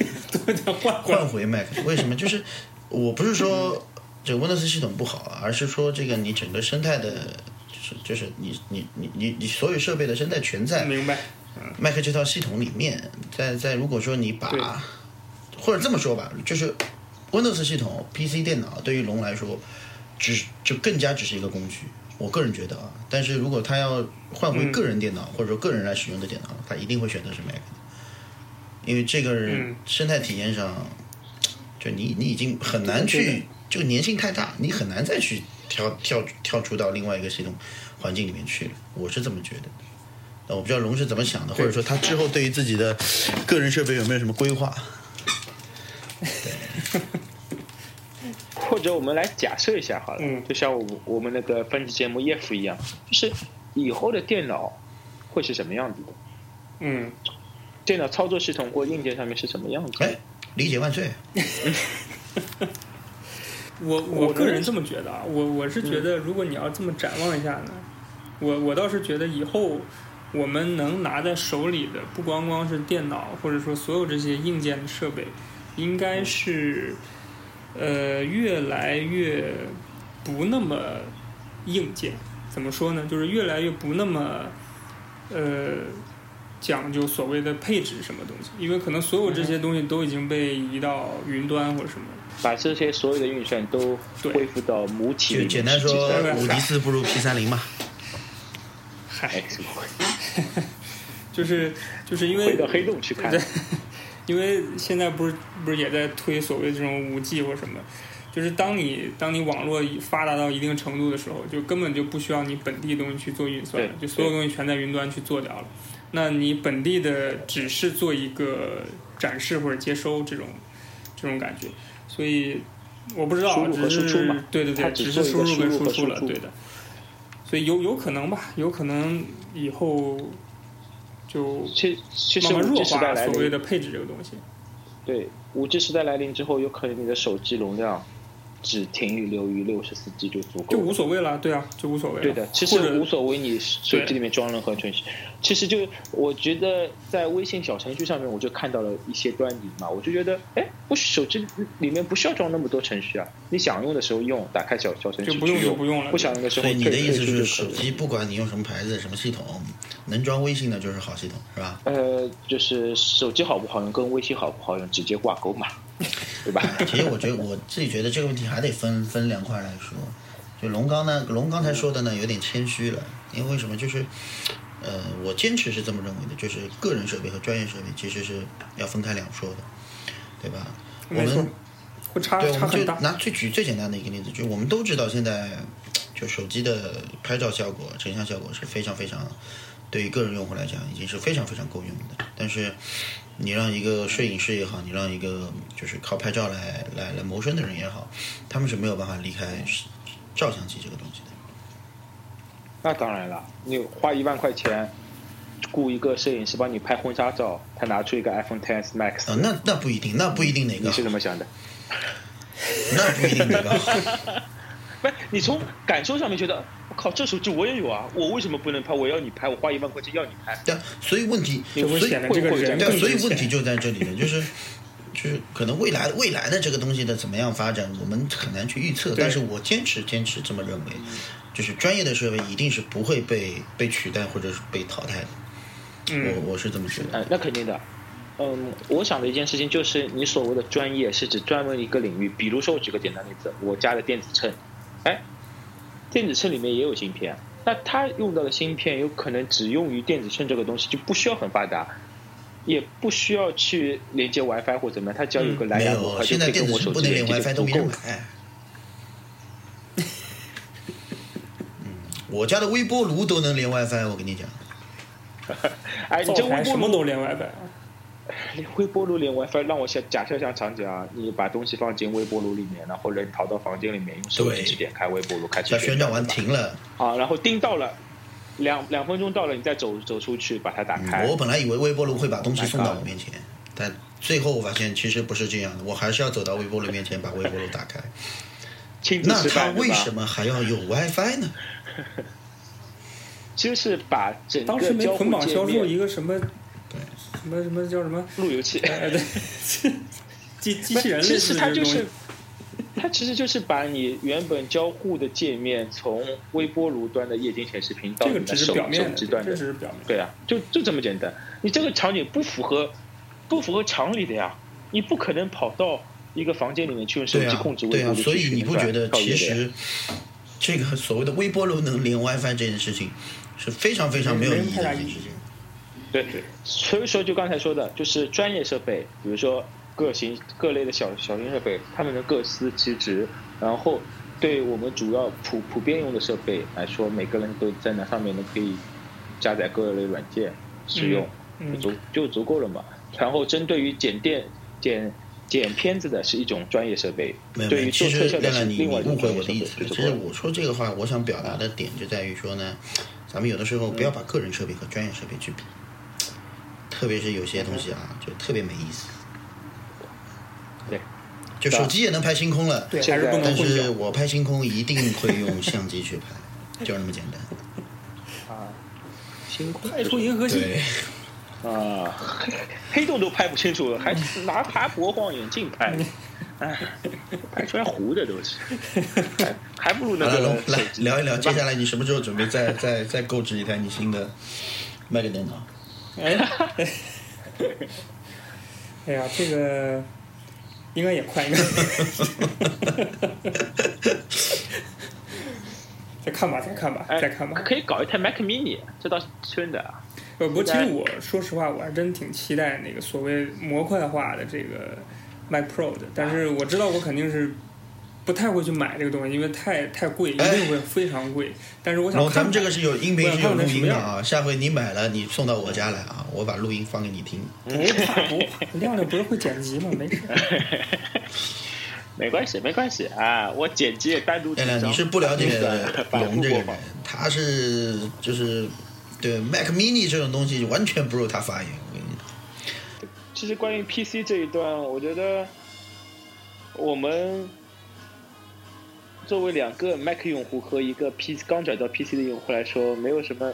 [SPEAKER 3] 对，换换
[SPEAKER 2] 换回 Mac。为什么？就是我不是说这个 Windows 系统不好啊，而是说这个你整个生态的，就是就是你你你你你所有设备的生态全在
[SPEAKER 3] 明白，
[SPEAKER 2] 麦克这套系统里面，在在如果说你
[SPEAKER 3] 对
[SPEAKER 2] 把，或者这么说吧，就是 Windows 系统、PC 电脑对于龙来说，只就更加只是一个工具，我个人觉得啊，但是如果他要换
[SPEAKER 3] 嗯
[SPEAKER 2] 回个人电脑、或者说个人来使用的电脑，他一定会选择是 Mac，因为这个
[SPEAKER 3] 嗯
[SPEAKER 2] 生态体验上，就你你已经很难
[SPEAKER 3] 对对
[SPEAKER 2] 去，这个粘性太大，你很难再去跳跳跳出到另外一个系统环境里面去了。我是这么觉得的。那我不知道龙是怎么想的，或者说他之后对于自己的个人设备有没有什么规划？
[SPEAKER 1] 或者我们来假设一下好了，
[SPEAKER 3] 嗯
[SPEAKER 1] 就像我们我们那个分级节目 EF 一样，就是以后的电脑会是什么样子的？
[SPEAKER 3] 嗯，
[SPEAKER 1] 电脑操作系统或硬件上面是什么样子的？
[SPEAKER 2] 哎，理解万岁！
[SPEAKER 3] 我
[SPEAKER 1] 我
[SPEAKER 3] 我个
[SPEAKER 1] 能嗯
[SPEAKER 3] 人这么觉得啊，我我是觉得，如果你要这么展望一下呢，我我倒是觉得以后我们能拿在手里的，不光光是电脑，或者说所有这些硬件设备，应该
[SPEAKER 1] 嗯
[SPEAKER 3] 是呃越来越不那么硬件。怎么说呢？就是越来越不那么呃讲究所谓的配置什么东西，因为可能所有
[SPEAKER 1] 嗯
[SPEAKER 3] 这些东西都已经被移到云端或者什么。
[SPEAKER 1] 把这些所有的运算都
[SPEAKER 3] 对
[SPEAKER 1] 恢复到母体里
[SPEAKER 2] 就
[SPEAKER 1] 面去。
[SPEAKER 2] 简单说
[SPEAKER 3] 对对，对
[SPEAKER 2] 五 D 四不如 P 三零嘛。
[SPEAKER 3] 嗨
[SPEAKER 1] 哎，，怎么会
[SPEAKER 3] 就是就是因
[SPEAKER 1] 回
[SPEAKER 3] 为
[SPEAKER 1] 到黑洞去看？
[SPEAKER 3] 对因为现在不是不是也在推所谓这种五 G 或什么，就是当你当你网络发达到一定程度的时候，就根本就不需要你本地东西去做运算了，
[SPEAKER 1] 对
[SPEAKER 3] 就所有东西全在云端去做掉了。那你本地的只是做一个展示或者接收这种这种感觉，所以我不知
[SPEAKER 1] 输
[SPEAKER 3] 道，
[SPEAKER 1] 入和
[SPEAKER 3] 只是
[SPEAKER 1] 输出嘛
[SPEAKER 3] 对对
[SPEAKER 1] 它
[SPEAKER 3] 对，
[SPEAKER 1] 只
[SPEAKER 3] 只
[SPEAKER 1] 做
[SPEAKER 3] 是
[SPEAKER 1] 一
[SPEAKER 3] 输
[SPEAKER 1] 个输
[SPEAKER 3] 入跟
[SPEAKER 1] 入
[SPEAKER 3] 输
[SPEAKER 1] 和
[SPEAKER 3] 出了，
[SPEAKER 1] 输出
[SPEAKER 3] 对的。所以有有可能吧，有可能以后就
[SPEAKER 1] 其其实
[SPEAKER 3] 慢慢
[SPEAKER 1] 五
[SPEAKER 3] 弱
[SPEAKER 1] G 时代
[SPEAKER 3] 化
[SPEAKER 1] 来
[SPEAKER 3] 所谓
[SPEAKER 1] 临，哦
[SPEAKER 3] 的配置这个东西。
[SPEAKER 1] 对五 G 时代来临之后，有可能你的手机容量只停留于六十四 G 就足够
[SPEAKER 3] 就
[SPEAKER 1] 了。
[SPEAKER 3] 无所谓了，对啊，就无所谓了。
[SPEAKER 1] 对的，其
[SPEAKER 3] 或
[SPEAKER 1] 实
[SPEAKER 3] 者
[SPEAKER 1] 无所谓你手机里面装任何程序。其实就我觉得在微信小程序上面，我就看到了一些端倪嘛，我就觉得，哎，不，手机里面不需要装那么多程序啊，你想用的时候用，打开小小程序
[SPEAKER 3] 就不
[SPEAKER 1] 去
[SPEAKER 3] 用就不用了
[SPEAKER 1] 不想用的时候
[SPEAKER 2] 所以你的
[SPEAKER 1] 退
[SPEAKER 2] 意思
[SPEAKER 1] 退
[SPEAKER 2] 是，
[SPEAKER 1] 出
[SPEAKER 2] 手
[SPEAKER 1] 就可以了
[SPEAKER 2] 机不管你用什么牌子、什么系统，能装微信的就是好系统，是吧？
[SPEAKER 1] 呃，就是手机好不好用跟微信好不好用直接挂钩
[SPEAKER 2] [LAUGHS]
[SPEAKER 1] 嘛，对吧？
[SPEAKER 2] 其实我觉得我自己觉得这个问题还得分分两块来说。就龙刚呢，龙刚才说的呢有点谦虚了，因为为什么？就是，呃，我坚持是这么认为的，就是个人设备和专业设备其实是要分开两说的，对吧？我
[SPEAKER 3] 没错
[SPEAKER 2] 们
[SPEAKER 3] 会差
[SPEAKER 2] 对，我
[SPEAKER 3] 差
[SPEAKER 2] 们就
[SPEAKER 3] 很大。
[SPEAKER 2] 拿最举最简单的一个例子，就我们都知道现在就手机的拍照效果、成像效果是非常非常，对于个人用户来讲已经是非常非常够用的。但是你让一个摄影师也好，你让一个就是靠拍照来来来谋生的人也好，他们是没有办法离开照相机这个东西的。
[SPEAKER 1] 那当然了，你花一万块钱雇一个摄影师帮你拍婚纱照，他拿出一个 iPhone X Max，、
[SPEAKER 2] 啊，那那不一定，那不一定哪
[SPEAKER 1] 你
[SPEAKER 2] 个好
[SPEAKER 1] 是，怎么想的？
[SPEAKER 2] 那不一定哪个好。
[SPEAKER 1] 不，你从感受上面觉得，我靠，这手机我也有啊，我为什么不能拍？我要你拍，我花一万块钱要你拍，
[SPEAKER 2] 对啊，所以问题，
[SPEAKER 3] 就会
[SPEAKER 2] 所以
[SPEAKER 3] 显得这个
[SPEAKER 1] 会
[SPEAKER 3] 人
[SPEAKER 1] 会
[SPEAKER 2] 对啊
[SPEAKER 3] 更，
[SPEAKER 2] 所以
[SPEAKER 3] 值
[SPEAKER 2] 问题
[SPEAKER 3] 钱
[SPEAKER 2] 就在这里了，就是就是可能未来未来的这个东西的怎么样发展，我们很难去预测。
[SPEAKER 3] 对
[SPEAKER 2] 但是我坚持坚持这么认为，就是专业的设备一定是不会被被取代或者是被淘汰的。
[SPEAKER 3] 嗯，
[SPEAKER 2] 我我是这么觉得。
[SPEAKER 1] 嗯，那肯定的。嗯，我想的一件事情就是，你所谓的专业是指专门一个领域。比如说，我举个简单例子，我家的电子秤，哎，电子秤里面也有芯片，那它用到的芯片有可能只用于电子秤这个东西，就不需要很发达，也不需要去连接 WiFi 或怎么样，它只要有个蓝
[SPEAKER 2] 嗯没
[SPEAKER 1] 牙模
[SPEAKER 2] 有，
[SPEAKER 1] 块就
[SPEAKER 2] 现
[SPEAKER 1] 可
[SPEAKER 2] 在
[SPEAKER 1] 以
[SPEAKER 2] 电
[SPEAKER 1] 跟
[SPEAKER 2] 子
[SPEAKER 1] 我
[SPEAKER 2] 秤
[SPEAKER 1] 手
[SPEAKER 2] 不
[SPEAKER 1] 机
[SPEAKER 2] 能
[SPEAKER 1] 连接
[SPEAKER 2] 连 WiFi
[SPEAKER 1] 就足
[SPEAKER 2] 都没啊
[SPEAKER 1] 够
[SPEAKER 2] 人
[SPEAKER 1] 了。
[SPEAKER 2] 买。嗯，我家的微波炉都能连 WiFi，我跟你讲，
[SPEAKER 1] 哎，你
[SPEAKER 3] 灶
[SPEAKER 1] 这微
[SPEAKER 3] 台
[SPEAKER 1] 波
[SPEAKER 3] 什么
[SPEAKER 1] 炉
[SPEAKER 3] 都连 WiFi，
[SPEAKER 1] 连微波炉连 WiFi，让我想假设一下场景啊，你把东西放进微波炉里面，然后人逃到房间里面，用手
[SPEAKER 2] 对
[SPEAKER 1] 机去点开微波炉，开始
[SPEAKER 2] 在宣
[SPEAKER 1] 转
[SPEAKER 2] 传完停了。
[SPEAKER 1] 啊，然后盯到了，两两分钟到了，你再走走出去把它打开。
[SPEAKER 2] 嗯我本来以为微波炉会把东西送到我面前，但最后我发现其实不是这样的，我还是要走到微波炉面前把微波炉
[SPEAKER 1] [LAUGHS]
[SPEAKER 2] 打开。
[SPEAKER 1] 亲自
[SPEAKER 2] 那
[SPEAKER 1] 吃
[SPEAKER 2] 它
[SPEAKER 1] 饭对
[SPEAKER 2] 为
[SPEAKER 1] 吧？
[SPEAKER 2] 什么还要有 WiFi 呢？
[SPEAKER 1] 其实是把整
[SPEAKER 3] 当时
[SPEAKER 1] 个
[SPEAKER 3] 没
[SPEAKER 1] 交
[SPEAKER 3] 捆
[SPEAKER 1] 互
[SPEAKER 3] 绑
[SPEAKER 1] 界
[SPEAKER 3] 销售
[SPEAKER 1] 面
[SPEAKER 3] 一个什么
[SPEAKER 2] 对
[SPEAKER 3] 什么什么叫什么？
[SPEAKER 1] 路由器， [LAUGHS]
[SPEAKER 3] 哎对，机机
[SPEAKER 1] 不
[SPEAKER 3] 器人类
[SPEAKER 1] 其实
[SPEAKER 3] 似的
[SPEAKER 1] 它
[SPEAKER 3] 这
[SPEAKER 1] 就
[SPEAKER 3] 种东
[SPEAKER 1] 是
[SPEAKER 3] 西。
[SPEAKER 1] 它其实就是把你原本交互的界面从微波炉端的液晶显示屏到
[SPEAKER 3] 这个
[SPEAKER 1] 你的
[SPEAKER 3] 只是
[SPEAKER 1] 手
[SPEAKER 3] 表面
[SPEAKER 1] 手
[SPEAKER 3] 的，
[SPEAKER 1] 机
[SPEAKER 3] 这
[SPEAKER 1] 端
[SPEAKER 3] 这
[SPEAKER 1] 的
[SPEAKER 3] 只是表面。
[SPEAKER 1] 对啊，就就这么简单。你这个场景不符合，不符合常理的呀。你不可能跑到一个房间里面去用手
[SPEAKER 2] 对
[SPEAKER 1] 机
[SPEAKER 2] 啊
[SPEAKER 1] 控制，微
[SPEAKER 2] 对
[SPEAKER 1] 波炉
[SPEAKER 2] 啊，
[SPEAKER 1] 去
[SPEAKER 2] 所以你
[SPEAKER 1] 旋
[SPEAKER 2] 不
[SPEAKER 1] 转
[SPEAKER 2] 觉得
[SPEAKER 1] 跳跃
[SPEAKER 2] 其
[SPEAKER 1] 的呀
[SPEAKER 2] 实这个所谓的微波炉能连 WiFi 这件事情是非常非常没有
[SPEAKER 3] 没
[SPEAKER 2] 意义
[SPEAKER 3] 没太
[SPEAKER 2] 的
[SPEAKER 3] 大
[SPEAKER 2] 一
[SPEAKER 3] 意
[SPEAKER 2] 件
[SPEAKER 3] 义
[SPEAKER 2] 事情。。
[SPEAKER 1] 对对，所以说就刚才说的，就是专业设备，比如说各型各类的小小型设备，它们的各司其职，然后对我们主要普普遍用的设备来说，每个人都在那上面都可以加载各类软件使用，
[SPEAKER 3] 嗯嗯
[SPEAKER 1] 就足就足够了嘛。然后针对于剪电剪。剪片子的是一种专业设备
[SPEAKER 2] 没，有，没
[SPEAKER 1] 对
[SPEAKER 2] 有
[SPEAKER 1] 于做
[SPEAKER 2] 其实
[SPEAKER 1] 特效的
[SPEAKER 2] 亮
[SPEAKER 1] 是
[SPEAKER 2] 亮，你
[SPEAKER 1] 另外一
[SPEAKER 2] 你误
[SPEAKER 1] 种
[SPEAKER 2] 会
[SPEAKER 1] 专业
[SPEAKER 2] 我
[SPEAKER 1] 设
[SPEAKER 2] 的
[SPEAKER 1] 备，就
[SPEAKER 2] 意思了。
[SPEAKER 1] 足
[SPEAKER 2] 其
[SPEAKER 1] 够
[SPEAKER 2] 实
[SPEAKER 1] 了。
[SPEAKER 2] 我说这个话，我想表达的点就在于说呢，咱们有的时候不要把个人设备和专业设备去比，特别是有些东西啊，就特别没意思。
[SPEAKER 1] 对，
[SPEAKER 2] 就手机也能拍星空了，
[SPEAKER 3] 对，
[SPEAKER 1] 现
[SPEAKER 3] 还是
[SPEAKER 1] 在
[SPEAKER 3] 不能
[SPEAKER 2] 但
[SPEAKER 3] 混
[SPEAKER 2] 是
[SPEAKER 3] 淆。
[SPEAKER 2] 我拍星空一定会用相机去拍，就是那么简单。
[SPEAKER 1] 啊，星空
[SPEAKER 3] 拍出银河系，
[SPEAKER 2] 对，
[SPEAKER 1] 啊，黑黑洞都拍不清楚
[SPEAKER 2] [LAUGHS]
[SPEAKER 1] 了，还拿爬博望远镜拍，哎，拍出来糊的都
[SPEAKER 2] [LAUGHS]
[SPEAKER 1] 是，还还不如
[SPEAKER 2] 好
[SPEAKER 1] 那
[SPEAKER 2] 了，
[SPEAKER 1] 个
[SPEAKER 2] 龙来
[SPEAKER 1] 手机
[SPEAKER 2] 聊一聊，接
[SPEAKER 1] 对吧
[SPEAKER 2] 下来你什么时候准备再再再购置一台你新的 Mac 电脑？
[SPEAKER 3] 哎， [LAUGHS] 哎呀，这个应该也快，应该 [LAUGHS] 再看吧，再看吧，
[SPEAKER 1] 哎
[SPEAKER 3] 再看吧。
[SPEAKER 1] 可以搞一台 Mac Mini，这倒是真的啊。
[SPEAKER 3] 呃，不，
[SPEAKER 1] 现
[SPEAKER 3] 其
[SPEAKER 1] 在
[SPEAKER 3] 实我说实话，我还真挺期待那个所谓模块化的这个 Mac Pro 的，但是
[SPEAKER 1] 啊
[SPEAKER 3] 我知道我肯定是不太会去买这个东西，因为太太贵，一
[SPEAKER 1] 哎
[SPEAKER 3] 定会非常贵。但是我想
[SPEAKER 2] 然后
[SPEAKER 3] 看
[SPEAKER 2] 咱们
[SPEAKER 3] 看，
[SPEAKER 2] 这个是有音频是有录音
[SPEAKER 3] 我想看看它什么
[SPEAKER 2] 的啊，
[SPEAKER 3] 样
[SPEAKER 2] 下回你买了你送到我家来啊，我把录音放给你听。
[SPEAKER 3] 不怕不怕，亮亮不是会剪辑吗？没事。
[SPEAKER 1] 没关系，没关系啊！我剪辑也单独
[SPEAKER 2] 亮
[SPEAKER 1] 出一
[SPEAKER 2] 亮，
[SPEAKER 1] 张
[SPEAKER 2] 哎你是不
[SPEAKER 1] [LAUGHS]
[SPEAKER 2] 了解
[SPEAKER 1] 那个百
[SPEAKER 2] 龙
[SPEAKER 1] 度
[SPEAKER 2] 这个
[SPEAKER 1] 过
[SPEAKER 2] 人
[SPEAKER 1] 吧？，
[SPEAKER 2] 他是就是对 Mac Mini 这种东西完全不如他发言，我跟你讲。
[SPEAKER 1] 其实关于 PC 这一段，我觉得我们作为两个 Mac 用户和一个 PC 刚转到 PC 的用户来说，没有什么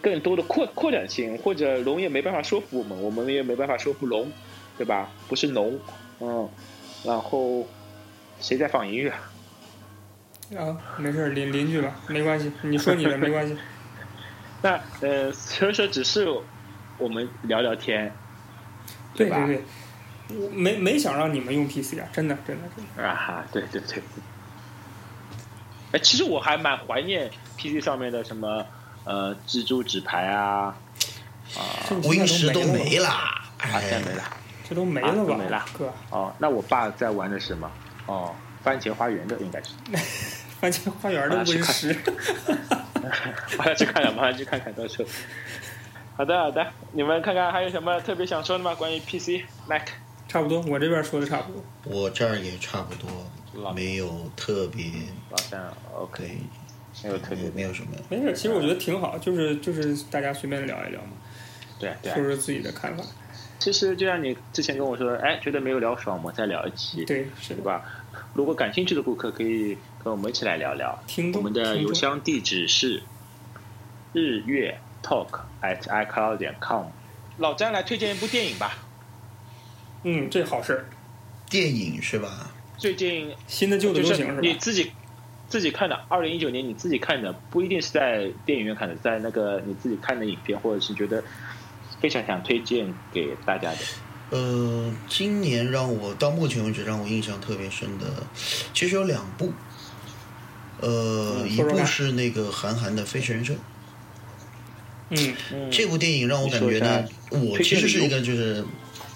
[SPEAKER 1] 更多的扩扩展性，或者龙也没办法说服我们，我们也没办法说服龙，对吧？不是龙，嗯，然后谁在放音乐？ [LAUGHS]
[SPEAKER 3] 啊，没事，邻邻居吧，没关系，你说你的没
[SPEAKER 1] [LAUGHS]
[SPEAKER 3] 关系。
[SPEAKER 1] 那呃，所以说只是我们聊聊天，
[SPEAKER 3] 对
[SPEAKER 1] 吧
[SPEAKER 3] 对对，我没没想让你们用 PC 啊，真的真的真的。
[SPEAKER 1] 啊哈，对对对。哎，其实我还蛮怀念 PC 上面的什么呃蜘蛛纸牌啊，
[SPEAKER 3] 这你
[SPEAKER 2] Win 十
[SPEAKER 3] 现在
[SPEAKER 2] 都
[SPEAKER 3] 都
[SPEAKER 2] 没
[SPEAKER 3] 了，
[SPEAKER 2] 啦，
[SPEAKER 1] 啊，
[SPEAKER 2] 哎
[SPEAKER 1] 现在没了。
[SPEAKER 3] 这都没
[SPEAKER 1] 啊
[SPEAKER 3] 了
[SPEAKER 1] 都
[SPEAKER 3] 吧？
[SPEAKER 1] 没了
[SPEAKER 3] 哥，
[SPEAKER 1] 哦，那我爸在玩的是什么？哦，番茄花园的应该是。 [LAUGHS]
[SPEAKER 3] 番茄花园的
[SPEAKER 1] 啊是
[SPEAKER 3] Win
[SPEAKER 1] 看
[SPEAKER 3] 十。
[SPEAKER 1] 马上去看看，马上去看看，到时候。好的，好的，你们看看还有什么特别想说的吗？关于 PC、Mac？
[SPEAKER 3] [LAUGHS] 差不多，我这边说的差不多。
[SPEAKER 2] 我这儿也差不
[SPEAKER 1] 老
[SPEAKER 2] 多，没有特别
[SPEAKER 1] 老三
[SPEAKER 2] 对
[SPEAKER 1] ，OK，，没有特别
[SPEAKER 2] 没有什么。
[SPEAKER 3] 没事，其实我觉得挺好，就是就是大家随便聊一聊嘛，
[SPEAKER 1] 对对
[SPEAKER 3] 说。说自己的看法。
[SPEAKER 1] 其实就像你之前跟我说，哎，觉得没有聊爽，我们再聊一期。
[SPEAKER 3] 对，是
[SPEAKER 1] 对
[SPEAKER 3] 的，
[SPEAKER 1] 吧？如果感兴趣的顾客可以跟我们一起来聊聊。
[SPEAKER 3] 听
[SPEAKER 1] 我
[SPEAKER 3] 众
[SPEAKER 1] 们的
[SPEAKER 3] 听
[SPEAKER 1] 邮
[SPEAKER 3] 众
[SPEAKER 1] 箱地址是日月 talk at icloud 点 com。老詹来推荐一部电影吧。
[SPEAKER 3] 嗯，这好事儿，
[SPEAKER 2] 电影是吧？
[SPEAKER 1] 最近
[SPEAKER 3] 新的旧的
[SPEAKER 1] 就是
[SPEAKER 3] 都行是
[SPEAKER 1] 你
[SPEAKER 3] 吧？
[SPEAKER 1] 自己自己看的，二零一九年你自己看的，不一定是在电影院看的，在那个你自己看的影片，或者是觉得非常想推荐给大家的。
[SPEAKER 2] 呃，今年让我到目前为止让我印象特别深的，其实有两部，呃，
[SPEAKER 3] 嗯
[SPEAKER 2] 一
[SPEAKER 3] 说说
[SPEAKER 2] 部
[SPEAKER 3] 看
[SPEAKER 2] 是那个韩寒的《飞驰人生》，
[SPEAKER 3] 嗯，
[SPEAKER 1] 嗯
[SPEAKER 2] 这部电影让我感觉呢，我其实是一个就是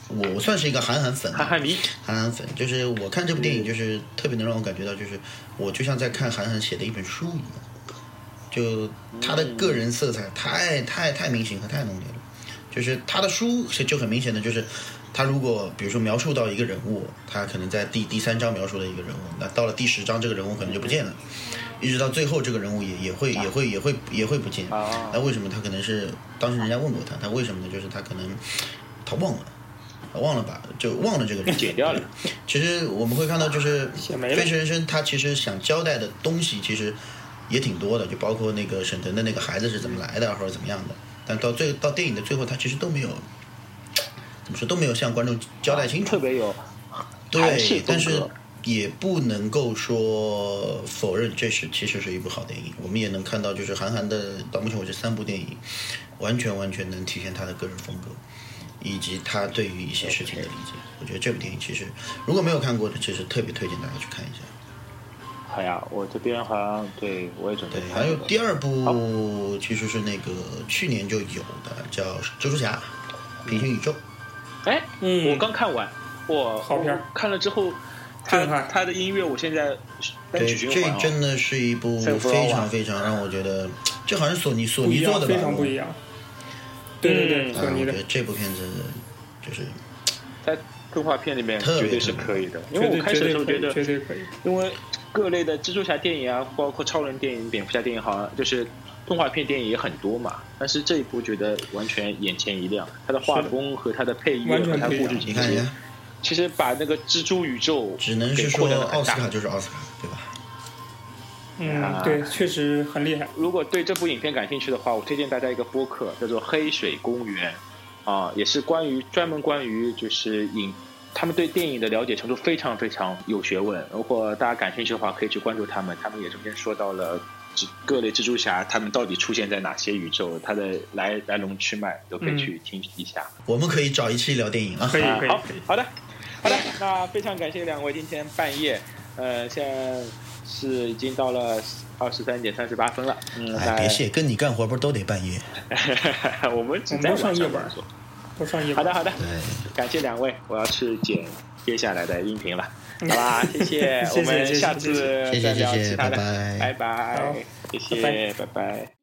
[SPEAKER 2] 我算是一个韩寒粉啊，
[SPEAKER 1] 哈哈迷，
[SPEAKER 2] 韩寒粉，就是我看这部
[SPEAKER 1] 嗯
[SPEAKER 2] 电影就是特别能让我感觉到，就是我就像在看韩寒写的一本书一样，就他的个人色彩太太太明显和太浓烈了。就是他的书是就很明显的，就是他如果比如说描述到一个人物，他可能在第第三章描述的一个人物，那到了第十章这个人物可能就不见了，一直到最后这个人物也也会也会也会也会不见。
[SPEAKER 1] 啊
[SPEAKER 2] 那为什么他可能是当时人家问过他，他为什么呢？就是他可能他忘了，他忘了把就忘了
[SPEAKER 1] [LAUGHS]
[SPEAKER 2] 这个人。
[SPEAKER 1] 剪掉了。
[SPEAKER 2] 其实我们会看到，就是
[SPEAKER 3] 写
[SPEAKER 2] 《
[SPEAKER 3] 没了
[SPEAKER 2] 飞驰人生》，他其实想交代的东西其实也挺多的，就包括那个沈腾的那个孩子是怎么来的，或者怎么样的。但到最到电影的最后，他其实都没有怎么说都没有向观众交代清楚
[SPEAKER 1] 特。别有韩式
[SPEAKER 2] 对，
[SPEAKER 1] 风
[SPEAKER 2] 但是
[SPEAKER 1] 格
[SPEAKER 2] 也不能够说否认，这是其实是一部好电影。我们也能看到，就是韩寒的到目前为止三部电影，完全完全能体现他的个人风格，以及他对于一些事情的理解。我觉得这部电影其实如果没有看过的，其实特别推荐大家去看一下。
[SPEAKER 1] 好哎呀，我这边好像对我也准备
[SPEAKER 2] 对，
[SPEAKER 1] 看
[SPEAKER 2] 还有
[SPEAKER 1] 这个
[SPEAKER 2] 第二部其实是那个去年就有的，叫《蜘蛛侠：平行宇宙》。
[SPEAKER 1] 哎，
[SPEAKER 3] 嗯
[SPEAKER 1] 我刚看完，我
[SPEAKER 3] 好片儿
[SPEAKER 1] 看了之后，他
[SPEAKER 3] 震撼
[SPEAKER 1] 他的音乐我现在单
[SPEAKER 2] 对，
[SPEAKER 1] 曲循环
[SPEAKER 2] 这
[SPEAKER 1] 啊
[SPEAKER 2] 真的是一部
[SPEAKER 1] 这个不知道
[SPEAKER 2] 非
[SPEAKER 1] 啊
[SPEAKER 2] 常非常让我觉得，这好像是索尼索
[SPEAKER 3] 不一
[SPEAKER 2] 尼做
[SPEAKER 3] 样，
[SPEAKER 2] 的吧？
[SPEAKER 3] 非常不一样。对对对，
[SPEAKER 1] 嗯
[SPEAKER 2] 啊。
[SPEAKER 3] 索尼
[SPEAKER 2] 我
[SPEAKER 3] 的
[SPEAKER 2] 觉得这部片子就是
[SPEAKER 1] 在动画片里面
[SPEAKER 2] 特别
[SPEAKER 1] 绝对是
[SPEAKER 2] 特别
[SPEAKER 1] 可以的，因
[SPEAKER 3] 绝
[SPEAKER 1] 为
[SPEAKER 3] 对
[SPEAKER 1] 我开
[SPEAKER 3] 绝
[SPEAKER 1] 始的
[SPEAKER 3] 对
[SPEAKER 1] 时候
[SPEAKER 3] 可
[SPEAKER 1] 觉
[SPEAKER 3] 以，
[SPEAKER 1] 得
[SPEAKER 3] 绝对可以。
[SPEAKER 1] 因为各类的蜘蛛侠电影啊，包括超人电影、蝙蝠侠电影，好像就是动画片电影也很多嘛。但是这一部觉得完全眼前一亮，它的画风和它的配乐
[SPEAKER 3] 完全
[SPEAKER 1] 和它
[SPEAKER 3] 不
[SPEAKER 1] 的
[SPEAKER 3] 一样
[SPEAKER 1] 故事情
[SPEAKER 2] 你看，你
[SPEAKER 1] 节
[SPEAKER 2] 看，，
[SPEAKER 1] 其实把那个蜘蛛宇宙
[SPEAKER 2] 只能
[SPEAKER 1] 给
[SPEAKER 2] 是
[SPEAKER 1] 扩
[SPEAKER 2] 说
[SPEAKER 1] 展的
[SPEAKER 2] 奥
[SPEAKER 1] 很
[SPEAKER 2] 斯卡
[SPEAKER 1] 大。
[SPEAKER 2] 就是奥斯卡，对吧？
[SPEAKER 3] 嗯
[SPEAKER 1] 啊，
[SPEAKER 3] 对，确实很厉害。
[SPEAKER 1] 如果对这部影片感兴趣的话，我推荐大家一个播客，叫做《黑水公园》，啊，也是关于专门关于就是影，他们对电影的了解程度非常非常有学问。如果大家感兴趣的话，可以去关注他们，他们也中间说到了蜘各类蜘蛛侠他们到底出现在哪些宇宙，它的来来龙去脉都可以去听一下。
[SPEAKER 2] 我们可以找一期聊电影啊
[SPEAKER 3] 可。以
[SPEAKER 1] 啊
[SPEAKER 3] 可以
[SPEAKER 1] 好
[SPEAKER 3] 可以，
[SPEAKER 1] 好的，好的，那非常感谢两位今天半夜，呃，现在是已经到了二十三点三十八分了，嗯，
[SPEAKER 2] 哎，
[SPEAKER 1] 那
[SPEAKER 2] 别谢，跟你干活不是都得半夜？
[SPEAKER 1] [LAUGHS] 我们只
[SPEAKER 3] 我们
[SPEAKER 1] 在
[SPEAKER 3] 都上
[SPEAKER 1] 晚
[SPEAKER 3] 夜
[SPEAKER 1] 上
[SPEAKER 3] 班
[SPEAKER 1] 工作
[SPEAKER 3] 都上夜
[SPEAKER 1] 好
[SPEAKER 3] 班。
[SPEAKER 1] 的，好的，
[SPEAKER 2] 对，
[SPEAKER 1] 感谢两位，我要去剪接下来的音频
[SPEAKER 3] [LAUGHS]
[SPEAKER 1] 了，好吧？谢
[SPEAKER 3] 谢谢
[SPEAKER 1] 我们下
[SPEAKER 3] 谢
[SPEAKER 1] 次
[SPEAKER 2] 谢
[SPEAKER 1] 再
[SPEAKER 2] 谢
[SPEAKER 1] 聊
[SPEAKER 2] 谢
[SPEAKER 1] 其
[SPEAKER 2] 谢，
[SPEAKER 1] 他
[SPEAKER 2] 拜
[SPEAKER 1] 的，
[SPEAKER 2] 拜。
[SPEAKER 1] 拜拜
[SPEAKER 3] 好，
[SPEAKER 1] 谢谢，拜拜。